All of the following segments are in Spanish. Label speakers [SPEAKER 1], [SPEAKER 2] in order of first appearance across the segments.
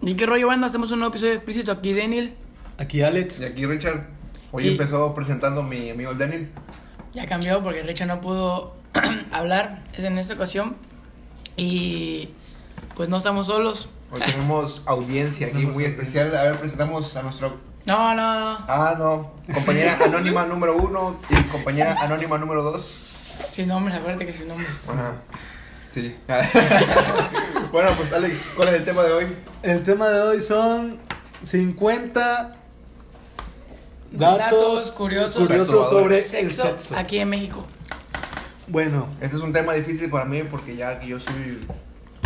[SPEAKER 1] ¿Y qué rollo, banda? Hacemos un nuevo episodio explícito aquí, Daniel.
[SPEAKER 2] Aquí Alex.
[SPEAKER 3] Y aquí Richard, hoy
[SPEAKER 1] Y-
[SPEAKER 3] empezó presentando mi amigo el Daniel.
[SPEAKER 1] Ya cambió porque Richard no pudo hablar es en esta ocasión. Y pues no estamos solos.
[SPEAKER 3] Hoy tenemos audiencia aquí
[SPEAKER 2] Tenemos
[SPEAKER 3] muy
[SPEAKER 2] audiencia.
[SPEAKER 3] especial. A ver, presentamos a nuestro...
[SPEAKER 1] No, no, no.
[SPEAKER 3] Ah, no. Compañera anónima número uno y compañera anónima número dos.
[SPEAKER 1] Sin nombres, acuérdate que sin nombres.
[SPEAKER 3] Bueno, sí. bueno, pues Alex, ¿cuál es el tema de hoy?
[SPEAKER 2] El tema de hoy son 50
[SPEAKER 1] Datos
[SPEAKER 2] datos,
[SPEAKER 1] curiosos
[SPEAKER 2] sobre
[SPEAKER 1] Sexo,
[SPEAKER 2] el sexo.
[SPEAKER 1] aquí en México.
[SPEAKER 2] Bueno,
[SPEAKER 3] Este es un tema difícil para mí porque ya que yo soy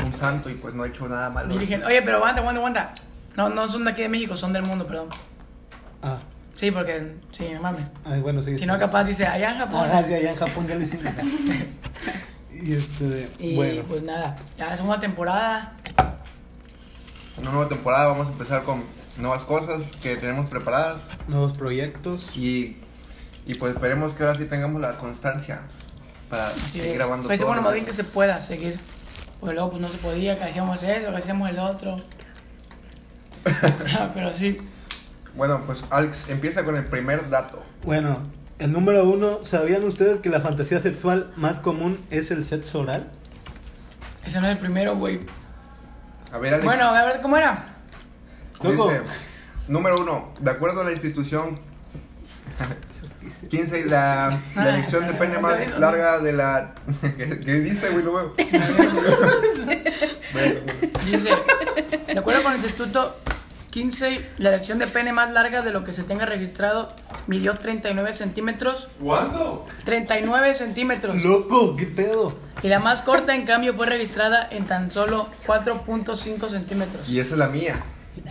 [SPEAKER 3] un santo y pues no he hecho nada malo.
[SPEAKER 1] Virgen. Oye, pero aguanta, aguanta, aguanta. No, no son de aquí de México, son del mundo, perdón.
[SPEAKER 2] ah,
[SPEAKER 1] Sí, porque, sí, mames.
[SPEAKER 2] ay, bueno, sí.
[SPEAKER 1] Si no, capaz dice, allá en Japón.
[SPEAKER 2] Ah, sí, allá en Japón ya lo hicieron. y este,
[SPEAKER 1] Y
[SPEAKER 2] bueno.
[SPEAKER 1] pues nada, ya es una temporada.
[SPEAKER 3] Una nueva temporada, vamos a empezar con nuevas cosas que tenemos preparadas.
[SPEAKER 2] Nuevos proyectos.
[SPEAKER 3] Y, y pues esperemos que ahora sí tengamos la constancia para
[SPEAKER 1] Sí,
[SPEAKER 3] seguir grabando
[SPEAKER 1] pues,
[SPEAKER 3] todo.
[SPEAKER 1] bueno, más bien que se pueda seguir. Porque luego pues, no se podía, que hacíamos eso, que hacíamos el otro. Pero sí,
[SPEAKER 3] Bueno, pues Alex, empieza con el primer dato.
[SPEAKER 2] Bueno, el número uno, ¿sabían ustedes que la fantasía sexual más común es el sexo oral?
[SPEAKER 1] ese no es el primero, güey.
[SPEAKER 3] A ver, Alex.
[SPEAKER 1] Bueno, a ver cómo era.
[SPEAKER 2] Loco.
[SPEAKER 3] dice, número uno, de acuerdo a la institución 15, y la, la elección de pene
[SPEAKER 1] Ah,
[SPEAKER 3] más larga de la... ¿Qué, qué dice, güey? No veo. Bueno,
[SPEAKER 1] Dice, de acuerdo con el Instituto 15, la elección de pene más larga de lo que se tenga registrado midió 39 centímetros.
[SPEAKER 3] ¿Cuánto?
[SPEAKER 1] 39 centímetros.
[SPEAKER 2] Loco, ¿qué pedo?
[SPEAKER 1] Y la más corta, en cambio, fue registrada en tan solo 4.5 centímetros.
[SPEAKER 3] Y esa es la mía.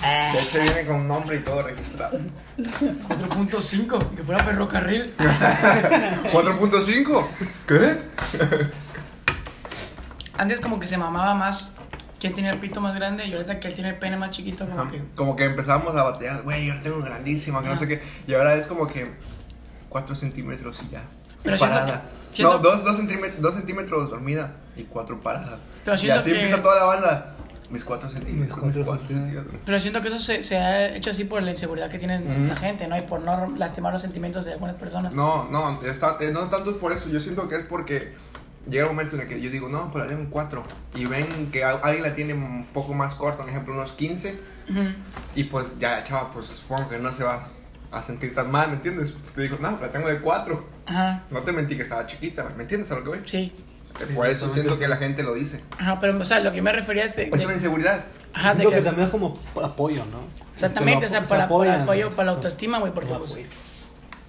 [SPEAKER 1] Ah.
[SPEAKER 3] De hecho, viene con nombre y todo registrado.
[SPEAKER 1] 4.5, y que fuera ferrocarril.
[SPEAKER 3] 4.5. ¿Qué?
[SPEAKER 1] Antes como que se mamaba más quién tenía el pito más grande y ahorita que él tiene el pene más chiquito como
[SPEAKER 3] Ajá.
[SPEAKER 1] que...
[SPEAKER 3] Como que empezamos a batear, güey, yo la tengo grandísima, que no
[SPEAKER 1] Ajá.
[SPEAKER 3] sé qué. Y ahora es como que 4 centímetros y ya.
[SPEAKER 1] Pero siento
[SPEAKER 3] parada.
[SPEAKER 1] que- siento-
[SPEAKER 3] No, 2 centímetros, dos centímetros dormida y 4 parada.
[SPEAKER 1] Pero
[SPEAKER 3] y
[SPEAKER 1] siento
[SPEAKER 3] así
[SPEAKER 1] que-
[SPEAKER 3] empieza toda la banda. Mis 4 centímetros,
[SPEAKER 2] cuatro
[SPEAKER 3] mis 4
[SPEAKER 2] centímetros.
[SPEAKER 3] centímetros.
[SPEAKER 1] Pero siento que eso se, se ha hecho así por la inseguridad que tiene
[SPEAKER 3] Ujú.
[SPEAKER 1] la gente, ¿no? Y por no lastimar los sentimientos de algunas personas.
[SPEAKER 3] No, no, está, eh, no tanto es por eso. Yo siento que es porque llega un momento en el que yo digo, no, pues la tengo en 4. Y ven que a- alguien la tiene un poco más corta, un ejemplo, unos 15.
[SPEAKER 1] Ujú.
[SPEAKER 3] Y pues ya, chava, pues supongo que no se va a sentir tan mal, ¿me entiendes? Te digo, no, la tengo de 4.
[SPEAKER 1] Ajá,
[SPEAKER 3] No te mentí que estaba chiquita, ¿me entiendes a lo que voy?
[SPEAKER 1] sí.
[SPEAKER 3] Eh, Por eso siento que la gente lo dice.
[SPEAKER 1] Ajá, pero o sea, lo que me refería es... de-
[SPEAKER 3] Es una
[SPEAKER 1] de-
[SPEAKER 3] inseguridad.
[SPEAKER 1] ajá, de
[SPEAKER 2] Siento que
[SPEAKER 1] que-
[SPEAKER 2] también es como apoyo, ¿no?
[SPEAKER 1] Exactamente, o sea,
[SPEAKER 2] Te lo apo-
[SPEAKER 1] para,
[SPEAKER 2] se apoyan.
[SPEAKER 1] para apoyo, para la autoestima, güey, porque
[SPEAKER 2] Lo
[SPEAKER 1] pues,
[SPEAKER 2] apoyan.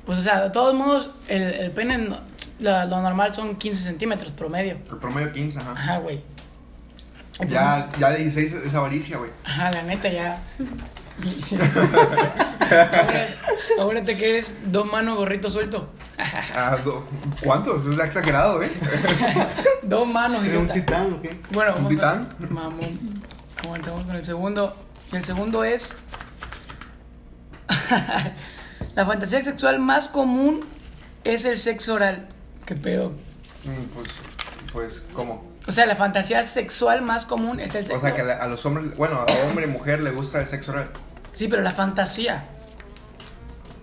[SPEAKER 1] pues, o sea, de todos modos, el, el pene, no- la- lo normal son 15 centímetros promedio.
[SPEAKER 3] El promedio 15, ajá.
[SPEAKER 1] Ajá, güey.
[SPEAKER 3] Ya, ya 16 es avaricia, güey.
[SPEAKER 1] Ajá, la neta ya. ahora, ahora te quedes dos manos gorrito suelto.
[SPEAKER 3] Ah, do- ¿Cuánto? Es exagerado, ¿eh?
[SPEAKER 1] Dos manos,
[SPEAKER 2] ¿Era un
[SPEAKER 1] idiota.
[SPEAKER 2] titán o qué?
[SPEAKER 1] Bueno, pues,
[SPEAKER 3] ¿Un
[SPEAKER 1] vamos
[SPEAKER 3] titán?
[SPEAKER 1] con- Mamón. Aguantamos con el segundo. Y el segundo es. la fantasía sexual más común es el sexo oral. Qué pedo.
[SPEAKER 3] Mm, Pues, pues, ¿cómo?
[SPEAKER 1] O sea, la fantasía sexual más común es el sexo
[SPEAKER 3] O sea, que la- a los hombres, bueno, a hombre y mujer le gusta el sexo oral.
[SPEAKER 1] Sí, pero la fantasía.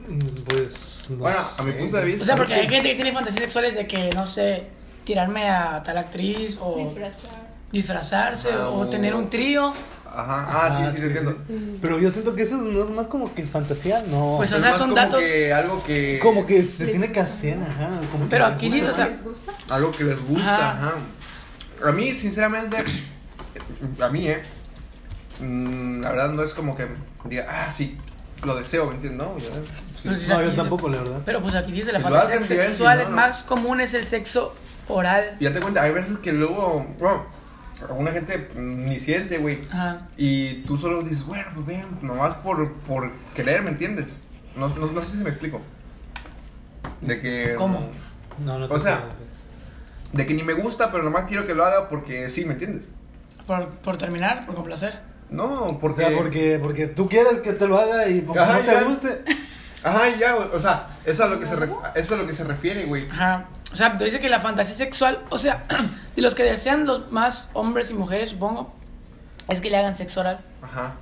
[SPEAKER 2] Mm, Pues no
[SPEAKER 3] Bueno, a mi
[SPEAKER 2] sé.
[SPEAKER 3] punto de vista-
[SPEAKER 1] O sea, porque hay gente que tiene fantasías sexuales de que, no sé, tirarme a tal actriz o.
[SPEAKER 4] Disfrazar.
[SPEAKER 1] disfrazarse
[SPEAKER 3] Ah,
[SPEAKER 1] o
[SPEAKER 3] o-
[SPEAKER 1] tener un trío.
[SPEAKER 3] Ajá, ah,
[SPEAKER 2] Ah,
[SPEAKER 3] sí, sí, te entiendo.
[SPEAKER 2] Pero yo siento que eso no es más como que fantasía, no.
[SPEAKER 1] Pues, o
[SPEAKER 3] Es
[SPEAKER 1] sea,
[SPEAKER 3] más
[SPEAKER 1] son
[SPEAKER 3] como
[SPEAKER 1] datos-
[SPEAKER 3] que algo que...
[SPEAKER 2] como que se tiene que hacer, ajá. como que
[SPEAKER 1] Pero
[SPEAKER 2] de
[SPEAKER 1] aquí
[SPEAKER 2] alguna
[SPEAKER 1] dice, o sea,
[SPEAKER 2] manera.
[SPEAKER 4] ¿Les gusta?
[SPEAKER 3] Algo que les gusta,
[SPEAKER 1] Ajá.
[SPEAKER 3] ajá. A mí, sinceramente, a mí, eh. mm, la verdad no es como que diga, ah, sí, lo deseo, ¿me entiendes? No, ya, sí.
[SPEAKER 1] Pues, o sea,
[SPEAKER 2] No,
[SPEAKER 1] aquí
[SPEAKER 2] yo
[SPEAKER 1] dice-
[SPEAKER 2] tampoco, la verdad.
[SPEAKER 1] Pero pues aquí dice la
[SPEAKER 3] Y lo
[SPEAKER 1] fantasía
[SPEAKER 3] hacen bien,
[SPEAKER 1] sexual
[SPEAKER 3] si no, no.
[SPEAKER 1] más común es el sexo oral.
[SPEAKER 3] Y ya te cuenta, hay veces que luego, bueno, alguna gente mm, ni siente, güey.
[SPEAKER 1] Ajá.
[SPEAKER 3] Y tú solo dices, bueno, pues ven, nomás por, por querer, ¿me entiendes? No, no, no sé si me explico. De que.
[SPEAKER 1] ¿Cómo?
[SPEAKER 2] No, no
[SPEAKER 3] O
[SPEAKER 2] te
[SPEAKER 3] sea,
[SPEAKER 2] creo.
[SPEAKER 3] De que ni me gusta, pero nomás quiero que lo haga porque sí, ¿me entiendes?
[SPEAKER 1] Por, por terminar, por complacer.
[SPEAKER 3] No,
[SPEAKER 2] O
[SPEAKER 3] porque.
[SPEAKER 2] sea, porque, porque tú quieres que te lo haga y porque
[SPEAKER 3] Ajá,
[SPEAKER 2] no te
[SPEAKER 3] ya.
[SPEAKER 2] guste.
[SPEAKER 3] Ajá, ya, o o sea, eso es lo que se, ref- eso es lo que se refiere, güey.
[SPEAKER 1] Ajá. O sea, te dice que la fantasía sexual, o sea, de los que desean los más hombres y mujeres, supongo, es que le hagan sexo oral.
[SPEAKER 3] Ajá.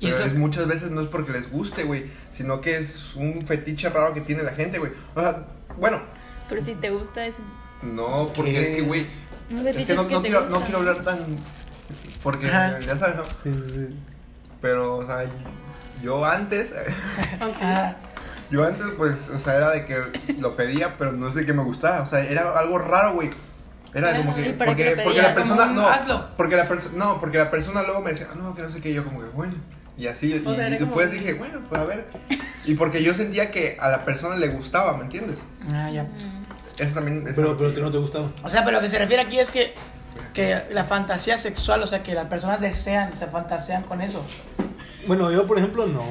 [SPEAKER 1] Y
[SPEAKER 3] Pero
[SPEAKER 1] es lo-
[SPEAKER 3] es- muchas veces no es porque les guste, güey, sino que es un fetiche raro que tiene la gente, güey. O sea, bueno,
[SPEAKER 4] Pero si te gusta eso.
[SPEAKER 3] no, porque
[SPEAKER 2] ¿Qué?
[SPEAKER 3] es que, güey,
[SPEAKER 4] Un
[SPEAKER 3] es
[SPEAKER 4] fetiche
[SPEAKER 3] que no,
[SPEAKER 4] es que
[SPEAKER 3] no
[SPEAKER 4] te
[SPEAKER 3] quiero,
[SPEAKER 4] gusta.
[SPEAKER 3] no quiero hablar tan... Porque
[SPEAKER 1] Ajá.
[SPEAKER 3] ya sabes, ¿no?
[SPEAKER 2] Sí, sí.
[SPEAKER 3] Pero, o sea, yo antes,
[SPEAKER 4] Ok.
[SPEAKER 1] Ah,
[SPEAKER 3] yo antes, pues, o sea, era de que lo pedía, pero no es de que me gustara, o sea, era algo raro, güey. Era
[SPEAKER 4] Ah,
[SPEAKER 3] como que,
[SPEAKER 4] ¿y para qué
[SPEAKER 3] porque,
[SPEAKER 4] lo
[SPEAKER 3] porque
[SPEAKER 4] pedía?
[SPEAKER 3] la persona,
[SPEAKER 1] Como un
[SPEAKER 3] no,
[SPEAKER 1] hazlo.
[SPEAKER 3] porque la persona, no, porque la persona luego me decía, "Ah, no, que no sé qué, y yo como que, bueno, y así, y,
[SPEAKER 4] O sea, era
[SPEAKER 3] y después
[SPEAKER 4] como-
[SPEAKER 3] dije, bueno, pues a ver, y porque yo sentía que a la persona le gustaba, ¿me entiendes?
[SPEAKER 1] ah, ya.
[SPEAKER 3] Eso también es
[SPEAKER 2] Pero,
[SPEAKER 3] algo
[SPEAKER 2] pero
[SPEAKER 3] que-
[SPEAKER 2] te- no te gustaba.
[SPEAKER 1] O sea, pero lo que se refiere aquí es que, que la fantasía sexual, o sea, que las personas desean, se fantasean con eso.
[SPEAKER 2] Bueno, yo por ejemplo no.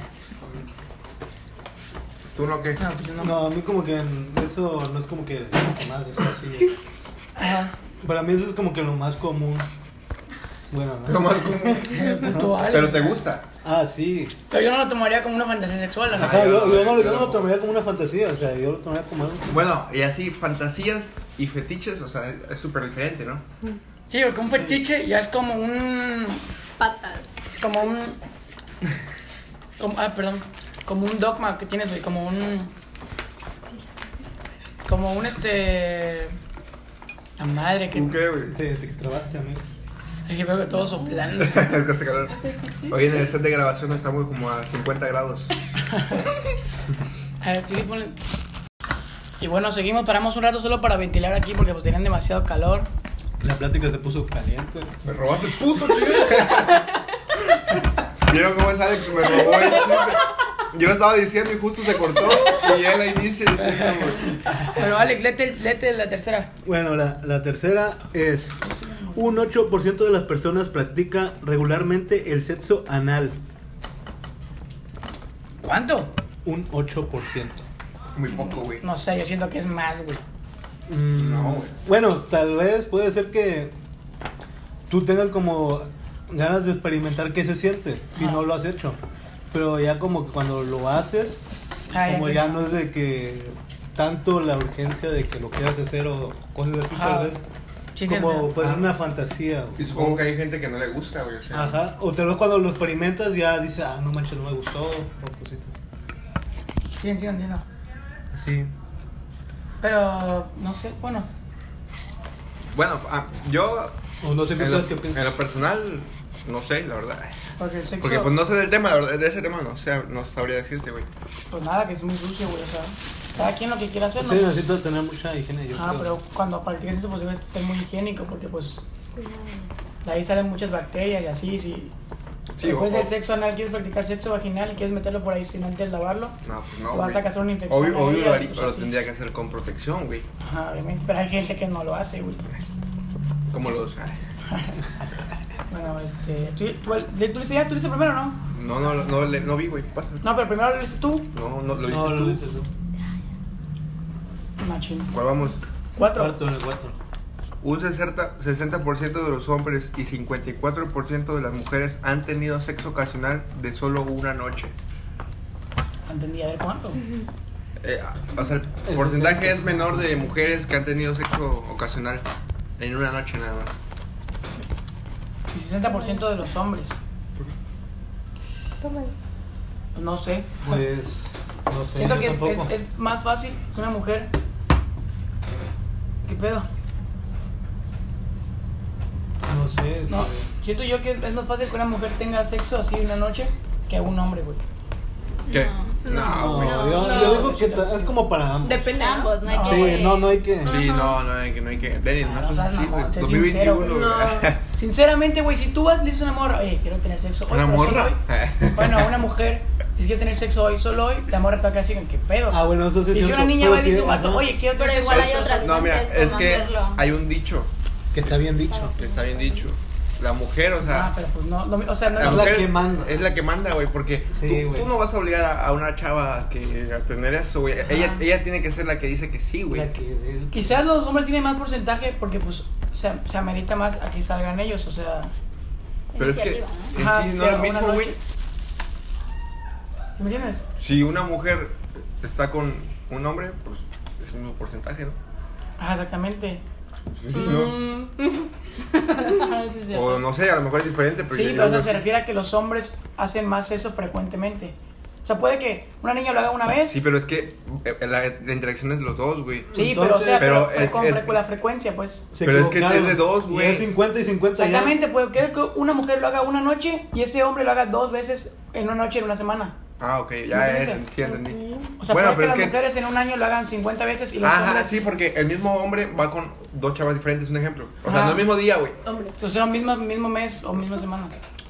[SPEAKER 3] ¿Tú no qué?
[SPEAKER 1] No, pues yo no.
[SPEAKER 2] No, a mí como que en- eso no es como que lo que más es así.
[SPEAKER 1] Ajá.
[SPEAKER 2] Para mí eso es como que lo más común. Bueno, ¿no?
[SPEAKER 3] Lo más común.
[SPEAKER 1] Eh, puto Ale.
[SPEAKER 3] Pero te gusta.
[SPEAKER 2] Ah, sí.
[SPEAKER 1] Pero yo no lo tomaría como una fantasía sexual, la
[SPEAKER 2] Ajá,
[SPEAKER 1] verdad.
[SPEAKER 3] Ay,
[SPEAKER 2] yo,
[SPEAKER 3] no,
[SPEAKER 2] yo no, yo no
[SPEAKER 3] yo
[SPEAKER 2] lo
[SPEAKER 3] tampoco.
[SPEAKER 2] tomaría como una fantasía, o sea, yo lo tomaría como algo.
[SPEAKER 3] Bueno, y así, fantasías y fetiches, o sea, es- es súper diferente, ¿no?
[SPEAKER 1] Sí, porque un fetiche ya es como un.
[SPEAKER 4] Patas.
[SPEAKER 1] Como un. Como, ah, perdón. Como un dogma que tienes, güey. Como un. Como un este. La madre que.
[SPEAKER 3] ¿Tú qué, güey?
[SPEAKER 2] Te, te trabaste a mí.
[SPEAKER 1] Es que veo que todo soplando.
[SPEAKER 3] Es que hace calor. Hoy en el set de grabación estamos como a 50 grados.
[SPEAKER 1] A ver, sí, ponle. Y bueno, seguimos, paramos un rato solo para ventilar aquí porque pues tenían demasiado calor.
[SPEAKER 2] La plática se puso caliente.
[SPEAKER 3] Me robaste el puto, chile. ¿Vieron cómo es Alex? Me robó el chile. Yo lo estaba diciendo y justo se cortó. Y él ahí dice, diciendo, güey.
[SPEAKER 1] Pero Alex, lete, lete la tercera.
[SPEAKER 2] Bueno, la, la tercera es. Un 8% de las personas practica regularmente el sexo anal.
[SPEAKER 1] ¿Cuánto?
[SPEAKER 2] Un 8%.
[SPEAKER 3] muy poco, güey.
[SPEAKER 1] No sé, yo siento que es más, güey.
[SPEAKER 2] Mm,
[SPEAKER 3] No, güey.
[SPEAKER 2] Bueno, tal vez puede ser que tú tengas como ganas de experimentar qué se siente si
[SPEAKER 1] Ajá.
[SPEAKER 2] no lo has hecho. Pero ya como que cuando lo haces,
[SPEAKER 1] Ah,
[SPEAKER 2] como
[SPEAKER 1] entiendo.
[SPEAKER 2] ya no es de que tanto la urgencia de que lo quieras hacer o cosas así
[SPEAKER 1] Ajá.
[SPEAKER 2] tal vez.
[SPEAKER 1] Sí,
[SPEAKER 2] como
[SPEAKER 1] entiendo.
[SPEAKER 2] puede ser
[SPEAKER 3] Ah.
[SPEAKER 2] una fantasía. güey.
[SPEAKER 3] Y supongo que hay gente que no le gusta, güey. O sea,
[SPEAKER 2] Ajá, o tal vez cuando lo experimentas ya dices, ah, no manches, no me gustó, o cositas.
[SPEAKER 1] Sí, entiendo, entiendo.
[SPEAKER 2] Así.
[SPEAKER 1] Pero, no sé, bueno.
[SPEAKER 3] Bueno, ah, yo.
[SPEAKER 2] O no sé qué
[SPEAKER 3] En lo,
[SPEAKER 2] ustedes qué
[SPEAKER 3] en
[SPEAKER 2] piensan.
[SPEAKER 3] lo personal, no sé, la verdad.
[SPEAKER 1] Porque el sexo.
[SPEAKER 3] Porque pues no sé del tema, la verdad, de ese tema no, sé, no sabría decirte, güey.
[SPEAKER 1] pues nada, que es muy sucio, güey. O sea, cada quien lo que quiera hacer, ¿no?
[SPEAKER 2] Sí, necesitas tener mucha higiene, yo
[SPEAKER 1] ah,
[SPEAKER 2] creo.
[SPEAKER 1] pero cuando practicas eso, pues debes ser muy higiénico porque, pues. De ahí salen muchas bacterias y así. Si
[SPEAKER 3] Sí,
[SPEAKER 1] después
[SPEAKER 3] o-
[SPEAKER 1] del sexo anal quieres practicar sexo vaginal y quieres meterlo por ahí sin antes lavarlo.
[SPEAKER 3] No, pues no.
[SPEAKER 1] Te vas
[SPEAKER 3] güey.
[SPEAKER 1] a causar una infección
[SPEAKER 3] Obvio,
[SPEAKER 1] ahí,
[SPEAKER 3] obvio lo,
[SPEAKER 1] así,
[SPEAKER 3] haría,
[SPEAKER 1] pues,
[SPEAKER 3] pero
[SPEAKER 1] sí.
[SPEAKER 3] tendría que hacer con protección, güey.
[SPEAKER 1] Ajá, obviamente. Pero hay gente que no lo hace, güey.
[SPEAKER 3] Como los. ay,
[SPEAKER 1] Bueno, este. ¿Tú, tú, tú, lo hiciste- ya tú lo hiciste primero, no?
[SPEAKER 3] No, no, no, le- no vi, güey. Pasa.
[SPEAKER 1] No, pero primero lo hiciste tú.
[SPEAKER 3] No, no, lo hice
[SPEAKER 2] No,
[SPEAKER 3] tú.
[SPEAKER 2] lo dices tú.
[SPEAKER 1] Machín.
[SPEAKER 3] ¿Cuál vamos?
[SPEAKER 1] Cuatro.
[SPEAKER 2] Cuarto, en el cuarto.
[SPEAKER 3] Un 60%, 60% de los hombres y 54% de las mujeres han tenido sexo ocasional de solo una noche.
[SPEAKER 1] Entendí, a ver cuánto.
[SPEAKER 3] Eh, o sea, el
[SPEAKER 2] El
[SPEAKER 3] porcentaje
[SPEAKER 2] 60.
[SPEAKER 3] es menor de mujeres que han tenido sexo ocasional en una noche nada más.
[SPEAKER 1] Y 60% de los hombres.
[SPEAKER 4] Toma.
[SPEAKER 1] No sé.
[SPEAKER 2] Pues, no sé,
[SPEAKER 1] Siento
[SPEAKER 2] yo
[SPEAKER 1] que
[SPEAKER 2] tampoco.
[SPEAKER 1] es, es más fácil que una mujer. ¿Qué pedo?
[SPEAKER 2] No sé, es
[SPEAKER 1] No,
[SPEAKER 2] que-
[SPEAKER 1] siento yo que es más fácil que una mujer tenga sexo así una noche que un hombre, güey.
[SPEAKER 3] ¿Qué?
[SPEAKER 4] No.
[SPEAKER 2] No,
[SPEAKER 3] güey.
[SPEAKER 4] no,
[SPEAKER 2] yo,
[SPEAKER 4] no.
[SPEAKER 2] yo digo que ta- es como para ambos.
[SPEAKER 4] Depende de ambos, no hay
[SPEAKER 1] No.
[SPEAKER 4] que.
[SPEAKER 2] Sí, no, no hay que...
[SPEAKER 3] Sí, no, no hay que, no hay que. Denis,
[SPEAKER 1] Ah,
[SPEAKER 3] no
[SPEAKER 1] no
[SPEAKER 3] seas
[SPEAKER 1] seas
[SPEAKER 3] así, güey.
[SPEAKER 1] mamón, sé sincero,
[SPEAKER 3] 2021,
[SPEAKER 4] güey.
[SPEAKER 3] güey.
[SPEAKER 1] Sinceramente, güey, si tú vas y le dices a una morra, oye, quiero tener sexo hoy.
[SPEAKER 3] ¿Una
[SPEAKER 1] pero solo
[SPEAKER 3] morra?
[SPEAKER 1] hoy". Bueno, a una mujer, dices quiero tener sexo hoy, solo hoy, la morra está acá así, ¿qué pedo?
[SPEAKER 2] Ah, bueno, eso sí es
[SPEAKER 1] y si
[SPEAKER 2] cierto,
[SPEAKER 1] una niña
[SPEAKER 2] pero
[SPEAKER 1] va y le dice a
[SPEAKER 2] sí,
[SPEAKER 1] un vato,
[SPEAKER 2] ajá,
[SPEAKER 1] oye, quiero tener
[SPEAKER 4] Pero
[SPEAKER 1] sexo
[SPEAKER 4] igual
[SPEAKER 1] hoy,
[SPEAKER 4] hay
[SPEAKER 1] solo
[SPEAKER 4] otras
[SPEAKER 1] hoy".
[SPEAKER 3] No, mira,
[SPEAKER 4] Antes,
[SPEAKER 3] es
[SPEAKER 4] ¿cómo
[SPEAKER 3] que
[SPEAKER 4] hacerlo?
[SPEAKER 3] hay un dicho,
[SPEAKER 2] Que está bien dicho.
[SPEAKER 3] que está bien dicho. La mujer, o sea,
[SPEAKER 1] Ah, pero pues no, no, o sea, no,
[SPEAKER 3] la
[SPEAKER 2] Es la
[SPEAKER 3] mujer
[SPEAKER 2] que manda.
[SPEAKER 3] Es la que manda, güey, porque
[SPEAKER 2] Sí,
[SPEAKER 3] tú,
[SPEAKER 2] güey.
[SPEAKER 3] tú no vas a obligar a, a una chava que, a tener eso, güey. Ella, ella tiene que ser la que dice que sí, güey.
[SPEAKER 2] La que-
[SPEAKER 1] Quizás los hombres tienen más porcentaje porque pues se, se amerita más a que salgan ellos, o sea,
[SPEAKER 3] Pero es que en
[SPEAKER 4] Iniciativa, ¿no?
[SPEAKER 3] sí
[SPEAKER 1] Ajá,
[SPEAKER 3] no
[SPEAKER 1] pero
[SPEAKER 3] es lo
[SPEAKER 1] una
[SPEAKER 3] mismo,
[SPEAKER 1] noche.
[SPEAKER 3] güey.
[SPEAKER 1] ¿sí me entiendes?
[SPEAKER 3] Si una mujer está con un hombre, pues es un porcentaje, ¿no?
[SPEAKER 1] Ajá, exactamente.
[SPEAKER 3] Sí, ¿no?
[SPEAKER 1] Mm.
[SPEAKER 4] Sí, sí.
[SPEAKER 3] O no sé, a lo mejor es diferente, pero
[SPEAKER 1] Sí,
[SPEAKER 3] yo
[SPEAKER 1] pero o
[SPEAKER 3] digo,
[SPEAKER 1] sea, se refiere a que los hombres hacen más eso frecuentemente. O sea, puede que una niña lo haga una vez.
[SPEAKER 3] Sí, pero es que eh, la, la interacción es los dos, güey.
[SPEAKER 1] Sí, pero o sea,
[SPEAKER 2] Entonces-
[SPEAKER 1] pero,
[SPEAKER 3] Pero es-
[SPEAKER 1] con
[SPEAKER 3] es-
[SPEAKER 1] frecu- la frecuencia, pues.
[SPEAKER 2] Se
[SPEAKER 3] Pero es que
[SPEAKER 2] equivocaron.
[SPEAKER 3] es de dos, güey.
[SPEAKER 2] Y es 50 y 50 ya.
[SPEAKER 1] Exactamente, puede que que una mujer lo haga una noche y ese hombre lo haga dos veces en una noche en una semana.
[SPEAKER 3] Ah, ok,
[SPEAKER 1] ¿Me
[SPEAKER 3] ya es,
[SPEAKER 1] entiendes?
[SPEAKER 3] sí, entendí.
[SPEAKER 1] O sea,
[SPEAKER 3] Bueno,
[SPEAKER 1] puede que
[SPEAKER 3] pero
[SPEAKER 1] las
[SPEAKER 3] es que-
[SPEAKER 1] mujeres en un año lo hagan 50 veces y los
[SPEAKER 3] Ajá,
[SPEAKER 1] hombres
[SPEAKER 3] sí, porque el mismo hombre va con dos chavas diferentes, un ejemplo. O sea,
[SPEAKER 1] Ajá.
[SPEAKER 3] no el mismo día, güey.
[SPEAKER 4] Hombre.
[SPEAKER 1] entonces, pues, son mismo, mismo mes o misma semana.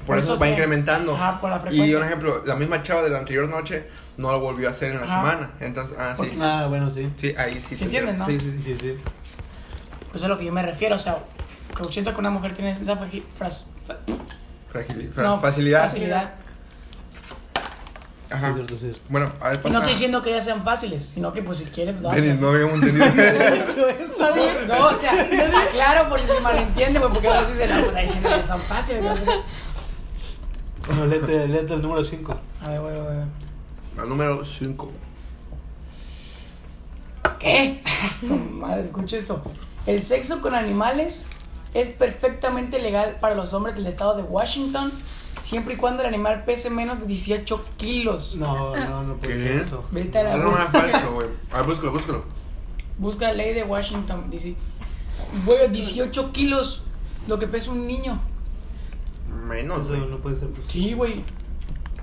[SPEAKER 3] Por, eso, va
[SPEAKER 1] te-
[SPEAKER 3] incrementando.
[SPEAKER 1] Ajá, por la frecuencia.
[SPEAKER 3] y un ejemplo, la misma chava de la anterior noche no lo volvió a hacer en la
[SPEAKER 1] Ajá.
[SPEAKER 3] semana. Entonces, ah, sí.
[SPEAKER 2] Ah, bueno, sí.
[SPEAKER 3] Sí, ahí sí.
[SPEAKER 1] ¿Sí
[SPEAKER 3] te
[SPEAKER 1] entiendes,
[SPEAKER 3] entiendo.
[SPEAKER 1] no?
[SPEAKER 3] Sí, sí, sí.
[SPEAKER 2] Sí, sí.
[SPEAKER 1] Pues es a lo que yo me refiero, o sea, que siento que una mujer tiene esa fragi- fras- fa-
[SPEAKER 3] Fragili- fra-
[SPEAKER 1] no,
[SPEAKER 3] facilidad.
[SPEAKER 1] facilidad.
[SPEAKER 3] Ajá.
[SPEAKER 2] Sí, cierto, sí.
[SPEAKER 3] Bueno, a ver,
[SPEAKER 1] Y
[SPEAKER 3] pasa.
[SPEAKER 1] no estoy diciendo que ellas sean fáciles, sino que pues si quieres, lo
[SPEAKER 3] Denis,
[SPEAKER 1] haces.
[SPEAKER 3] no habíamos entendido.
[SPEAKER 1] Está bien, No, o sea, claro, por si se malentiende, pues porque a veces dicen, no, pues ahí diciendo que son fáciles. que no sé qué.
[SPEAKER 2] Bueno, léete, léete el número 5.
[SPEAKER 1] A ver, güey, güey.
[SPEAKER 3] Al número 5.
[SPEAKER 1] ¿Qué? Su madre, escucha esto. El sexo con animales es perfectamente legal para los hombres del estado de Washington, siempre y cuando el animal pese menos de 18 kilos.
[SPEAKER 2] No, no, no puede
[SPEAKER 3] ¿Qué?
[SPEAKER 2] ser eso.
[SPEAKER 1] Vete a la
[SPEAKER 3] No era falso, güey. A ver, búscalo, búscalo.
[SPEAKER 1] Busca ley de Washington, dice. Güey, 18 kilos, lo que pesa un niño.
[SPEAKER 3] Menos,
[SPEAKER 2] Eso
[SPEAKER 3] güey.
[SPEAKER 2] no puede ser posible.
[SPEAKER 1] Sí, güey.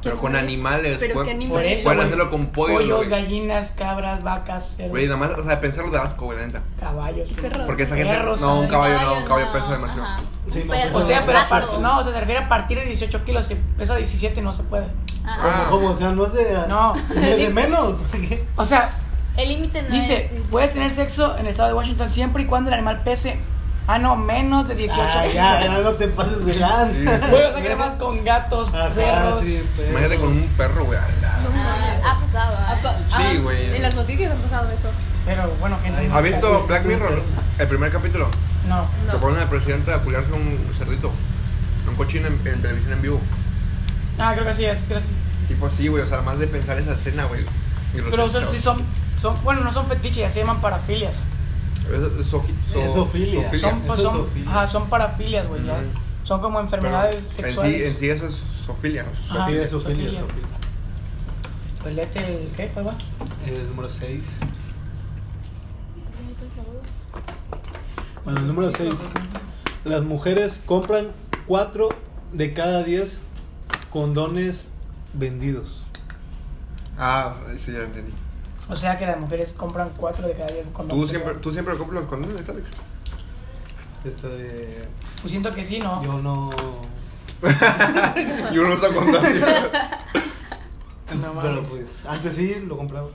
[SPEAKER 3] Pero con animales.
[SPEAKER 4] Pero
[SPEAKER 3] pueden-
[SPEAKER 4] qué animales.
[SPEAKER 1] Por eso.
[SPEAKER 3] Pueden
[SPEAKER 1] güey.
[SPEAKER 3] hacerlo con pollo,
[SPEAKER 1] Pollos,
[SPEAKER 3] güey.
[SPEAKER 1] gallinas, cabras, vacas, cerdos,
[SPEAKER 3] Güey, nada más, o sea, pensarlo de asco, güey, la neta.
[SPEAKER 1] caballos. güey.
[SPEAKER 4] perros.
[SPEAKER 3] Porque esa gente.
[SPEAKER 1] Perros,
[SPEAKER 3] No, un
[SPEAKER 1] Un
[SPEAKER 3] caballo no, un caballo pesa demasiado.
[SPEAKER 4] Ajá.
[SPEAKER 2] Sí,
[SPEAKER 4] Un
[SPEAKER 2] no,
[SPEAKER 4] perro,
[SPEAKER 1] pues, O sea,
[SPEAKER 4] un
[SPEAKER 1] pero
[SPEAKER 4] gato.
[SPEAKER 1] aparte, no, o sea, se refiere a partir de 18 kilos, si pesa 17 no se puede.
[SPEAKER 3] Ah.
[SPEAKER 4] Ajá.
[SPEAKER 2] ¿Cómo? O sea, no es de,
[SPEAKER 1] No.
[SPEAKER 2] es de menos. ¿Qué?
[SPEAKER 1] O sea,
[SPEAKER 4] El límite no
[SPEAKER 1] dice,
[SPEAKER 4] es. dice-
[SPEAKER 1] puedes tener sexo en el estado de Washington siempre y cuando el animal pese, ah no, menos de 18
[SPEAKER 2] Ah,
[SPEAKER 1] kilos.
[SPEAKER 2] ya, ya no te pases de lanza.
[SPEAKER 3] Sí.
[SPEAKER 1] Güey, o sea, que nada más con gatos,
[SPEAKER 2] Ajá,
[SPEAKER 1] perros.
[SPEAKER 2] sí, perros.
[SPEAKER 3] Imagínate con un perro, güey. a la-
[SPEAKER 4] Ah, ha pasado. ah.
[SPEAKER 3] Sí, güey.
[SPEAKER 5] En las noticias han pasado eso.
[SPEAKER 1] Pero bueno, gente.
[SPEAKER 2] Ay,
[SPEAKER 1] no-
[SPEAKER 3] ¿Has visto
[SPEAKER 2] Sí,
[SPEAKER 3] Black
[SPEAKER 2] sí,
[SPEAKER 3] Mirror?
[SPEAKER 2] sí.
[SPEAKER 3] El primer capítulo.
[SPEAKER 1] No.
[SPEAKER 3] Te
[SPEAKER 5] No.
[SPEAKER 3] ponen al presidente a culiarse un cerdito. Un cochino en, en televisión en vivo.
[SPEAKER 1] Ah, creo que sí, es que sí.
[SPEAKER 3] Tipo así, güey. O sea, más de pensar esa escena, güey. Y los
[SPEAKER 1] Pero o sea,
[SPEAKER 3] chavos.
[SPEAKER 1] sí son, son, bueno, no son fetiches, ya se llaman parafilias.
[SPEAKER 3] Eso es soji- so-
[SPEAKER 2] Esofilia.
[SPEAKER 3] sofilia.
[SPEAKER 1] Son, pues,
[SPEAKER 2] Eso es
[SPEAKER 1] son,
[SPEAKER 2] zoofilia.
[SPEAKER 1] ajá, son parafilias, güey, ya.
[SPEAKER 3] Ujú.
[SPEAKER 1] Son como
[SPEAKER 3] Pero
[SPEAKER 1] enfermedades
[SPEAKER 3] en sí,
[SPEAKER 1] sexuales.
[SPEAKER 3] en sí eso es sofilia. ¿no?
[SPEAKER 1] Ajá.
[SPEAKER 2] Sí, eso fue,
[SPEAKER 1] Sofía.
[SPEAKER 2] eso fue.
[SPEAKER 1] Pues léete el, ¿qué? ¿Cuál va?
[SPEAKER 2] El número 6. Bueno, el número 6. Las mujeres compran 4 de cada 10 condones vendidos.
[SPEAKER 3] Ah, sí, ya entendí.
[SPEAKER 1] O sea que las mujeres compran cuatro de cada diez
[SPEAKER 3] ¿Tú
[SPEAKER 1] condones.
[SPEAKER 3] siempre, ¿Tú siempre compras los condones, Alex?
[SPEAKER 2] Esto de.
[SPEAKER 1] Pues siento que sí, ¿no?
[SPEAKER 2] Este, Yo no.
[SPEAKER 3] Yo no uso condones.
[SPEAKER 1] No
[SPEAKER 2] pero
[SPEAKER 1] mames.
[SPEAKER 2] pues antes sí lo compraba.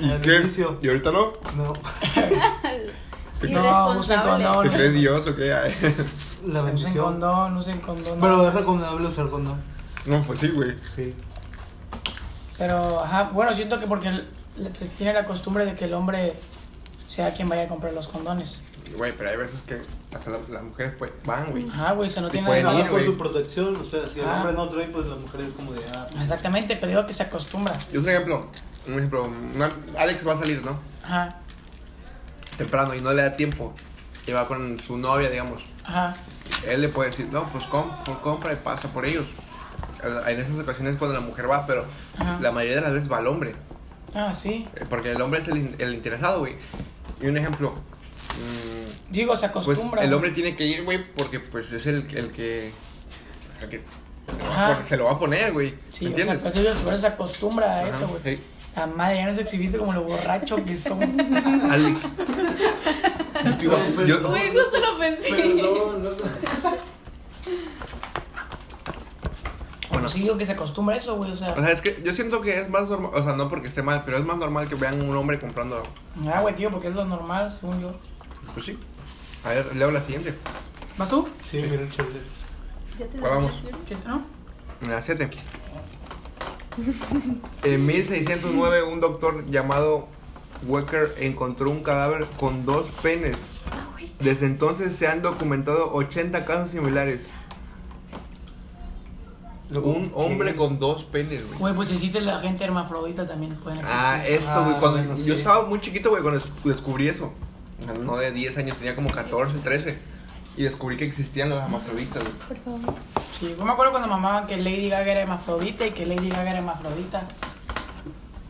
[SPEAKER 3] ¿Y
[SPEAKER 2] Al
[SPEAKER 3] qué?
[SPEAKER 2] inicio.
[SPEAKER 3] ¿Y ahorita no?
[SPEAKER 2] No,
[SPEAKER 3] ¿Te,
[SPEAKER 4] No.
[SPEAKER 1] usen
[SPEAKER 4] Irresponsable.
[SPEAKER 1] condón.
[SPEAKER 3] te crees Dios o qué?
[SPEAKER 2] la
[SPEAKER 3] Ay.
[SPEAKER 1] Usen
[SPEAKER 2] bendición.
[SPEAKER 1] condón, usen condón.
[SPEAKER 2] Pero es recomendable usar condón.
[SPEAKER 3] No, pues sí, güey.
[SPEAKER 2] Sí.
[SPEAKER 1] Pero, ajá, bueno, siento que porque el- le- se tiene la costumbre de que el hombre sea quien vaya a comprar los condones.
[SPEAKER 3] Güey, pero hay veces que hasta la- las mujeres pues van, güey.
[SPEAKER 1] Ajá, güey, se no
[SPEAKER 3] Y
[SPEAKER 1] tiene
[SPEAKER 3] pueden
[SPEAKER 1] nada de
[SPEAKER 3] ir,
[SPEAKER 2] Cada
[SPEAKER 1] malo.
[SPEAKER 2] con
[SPEAKER 3] güey.
[SPEAKER 2] su protección, o sea, si el
[SPEAKER 1] Ah.
[SPEAKER 2] hombre no trae, pues la mujer es como de. Ah,
[SPEAKER 1] Exactamente, pero digo que se acostumbra.
[SPEAKER 3] Yo un ejemplo, un ejemplo, una- Alex va a salir, ¿no?
[SPEAKER 1] Ajá,
[SPEAKER 3] Temprano y no le da tiempo. Y va con su novia, digamos.
[SPEAKER 1] ajá.
[SPEAKER 3] Él le puede decir, no, pues com- pues compra y pasa por ellos. En esas ocasiones es cuando la mujer va, pero
[SPEAKER 1] Ajá.
[SPEAKER 3] la mayoría de las veces va el hombre.
[SPEAKER 1] Ah, sí.
[SPEAKER 3] Eh, Porque el hombre es el, in- el interesado, güey. Y un ejemplo, mm,
[SPEAKER 1] Digo, se
[SPEAKER 3] pues
[SPEAKER 1] acostumbra.
[SPEAKER 3] el hombre
[SPEAKER 1] güey.
[SPEAKER 3] tiene que ir, güey, porque pues es el, el que... el que se lo va
[SPEAKER 1] Ajá.
[SPEAKER 3] a poner- se lo va a poner, güey.
[SPEAKER 1] Sí,
[SPEAKER 3] ¿Me
[SPEAKER 1] o sea,
[SPEAKER 3] entiendes?
[SPEAKER 1] pues ellos por eso se acostumbra a
[SPEAKER 3] Ajá,
[SPEAKER 1] eso, güey.
[SPEAKER 3] sí.
[SPEAKER 1] La madre, ya nos exhibiste como lo borracho que son.
[SPEAKER 3] Alex. Yo te iba- yo-
[SPEAKER 4] Güey, justo lo pensé.
[SPEAKER 2] Perdón, no sé.
[SPEAKER 1] Bueno, sí digo que se acostumbra a eso, güey, o sea.
[SPEAKER 3] o sea, es que yo siento que es más normal, o sea, no porque esté mal, pero es más normal que vean un hombre comprando,
[SPEAKER 1] Ah, güey, tío, porque es lo normal, según yo.
[SPEAKER 3] pues sí. A ver, leo la siguiente.
[SPEAKER 1] ¿Vas tú?
[SPEAKER 2] Sí, mira el chile.
[SPEAKER 4] Ya te
[SPEAKER 3] ¿Cuál
[SPEAKER 4] doy
[SPEAKER 3] vamos?
[SPEAKER 4] la flor.
[SPEAKER 1] Sí, ¿No?
[SPEAKER 3] En la 7. En 1609, un doctor llamado Wecker encontró un cadáver con dos penes.
[SPEAKER 4] Ah, güey.
[SPEAKER 3] Desde entonces se han documentado 80 casos similares. Un hombre con dos penes, güey.
[SPEAKER 1] Güey, pues existe la gente hermafrodita también. Pueden
[SPEAKER 3] Ah,
[SPEAKER 1] existir.
[SPEAKER 3] eso, güey.
[SPEAKER 2] Ah,
[SPEAKER 3] Cuando
[SPEAKER 2] bueno,
[SPEAKER 3] yo
[SPEAKER 2] sí.
[SPEAKER 3] estaba muy chiquito, güey, cuando des- descubrí eso. No de 10 años, tenía como 14, 13. y descubrí que existían las hermafroditas, güey.
[SPEAKER 4] Por favor.
[SPEAKER 1] Sí, yo me acuerdo cuando mamaban que Lady Gaga era hemafrodita y que Lady Gaga era hemafrodita.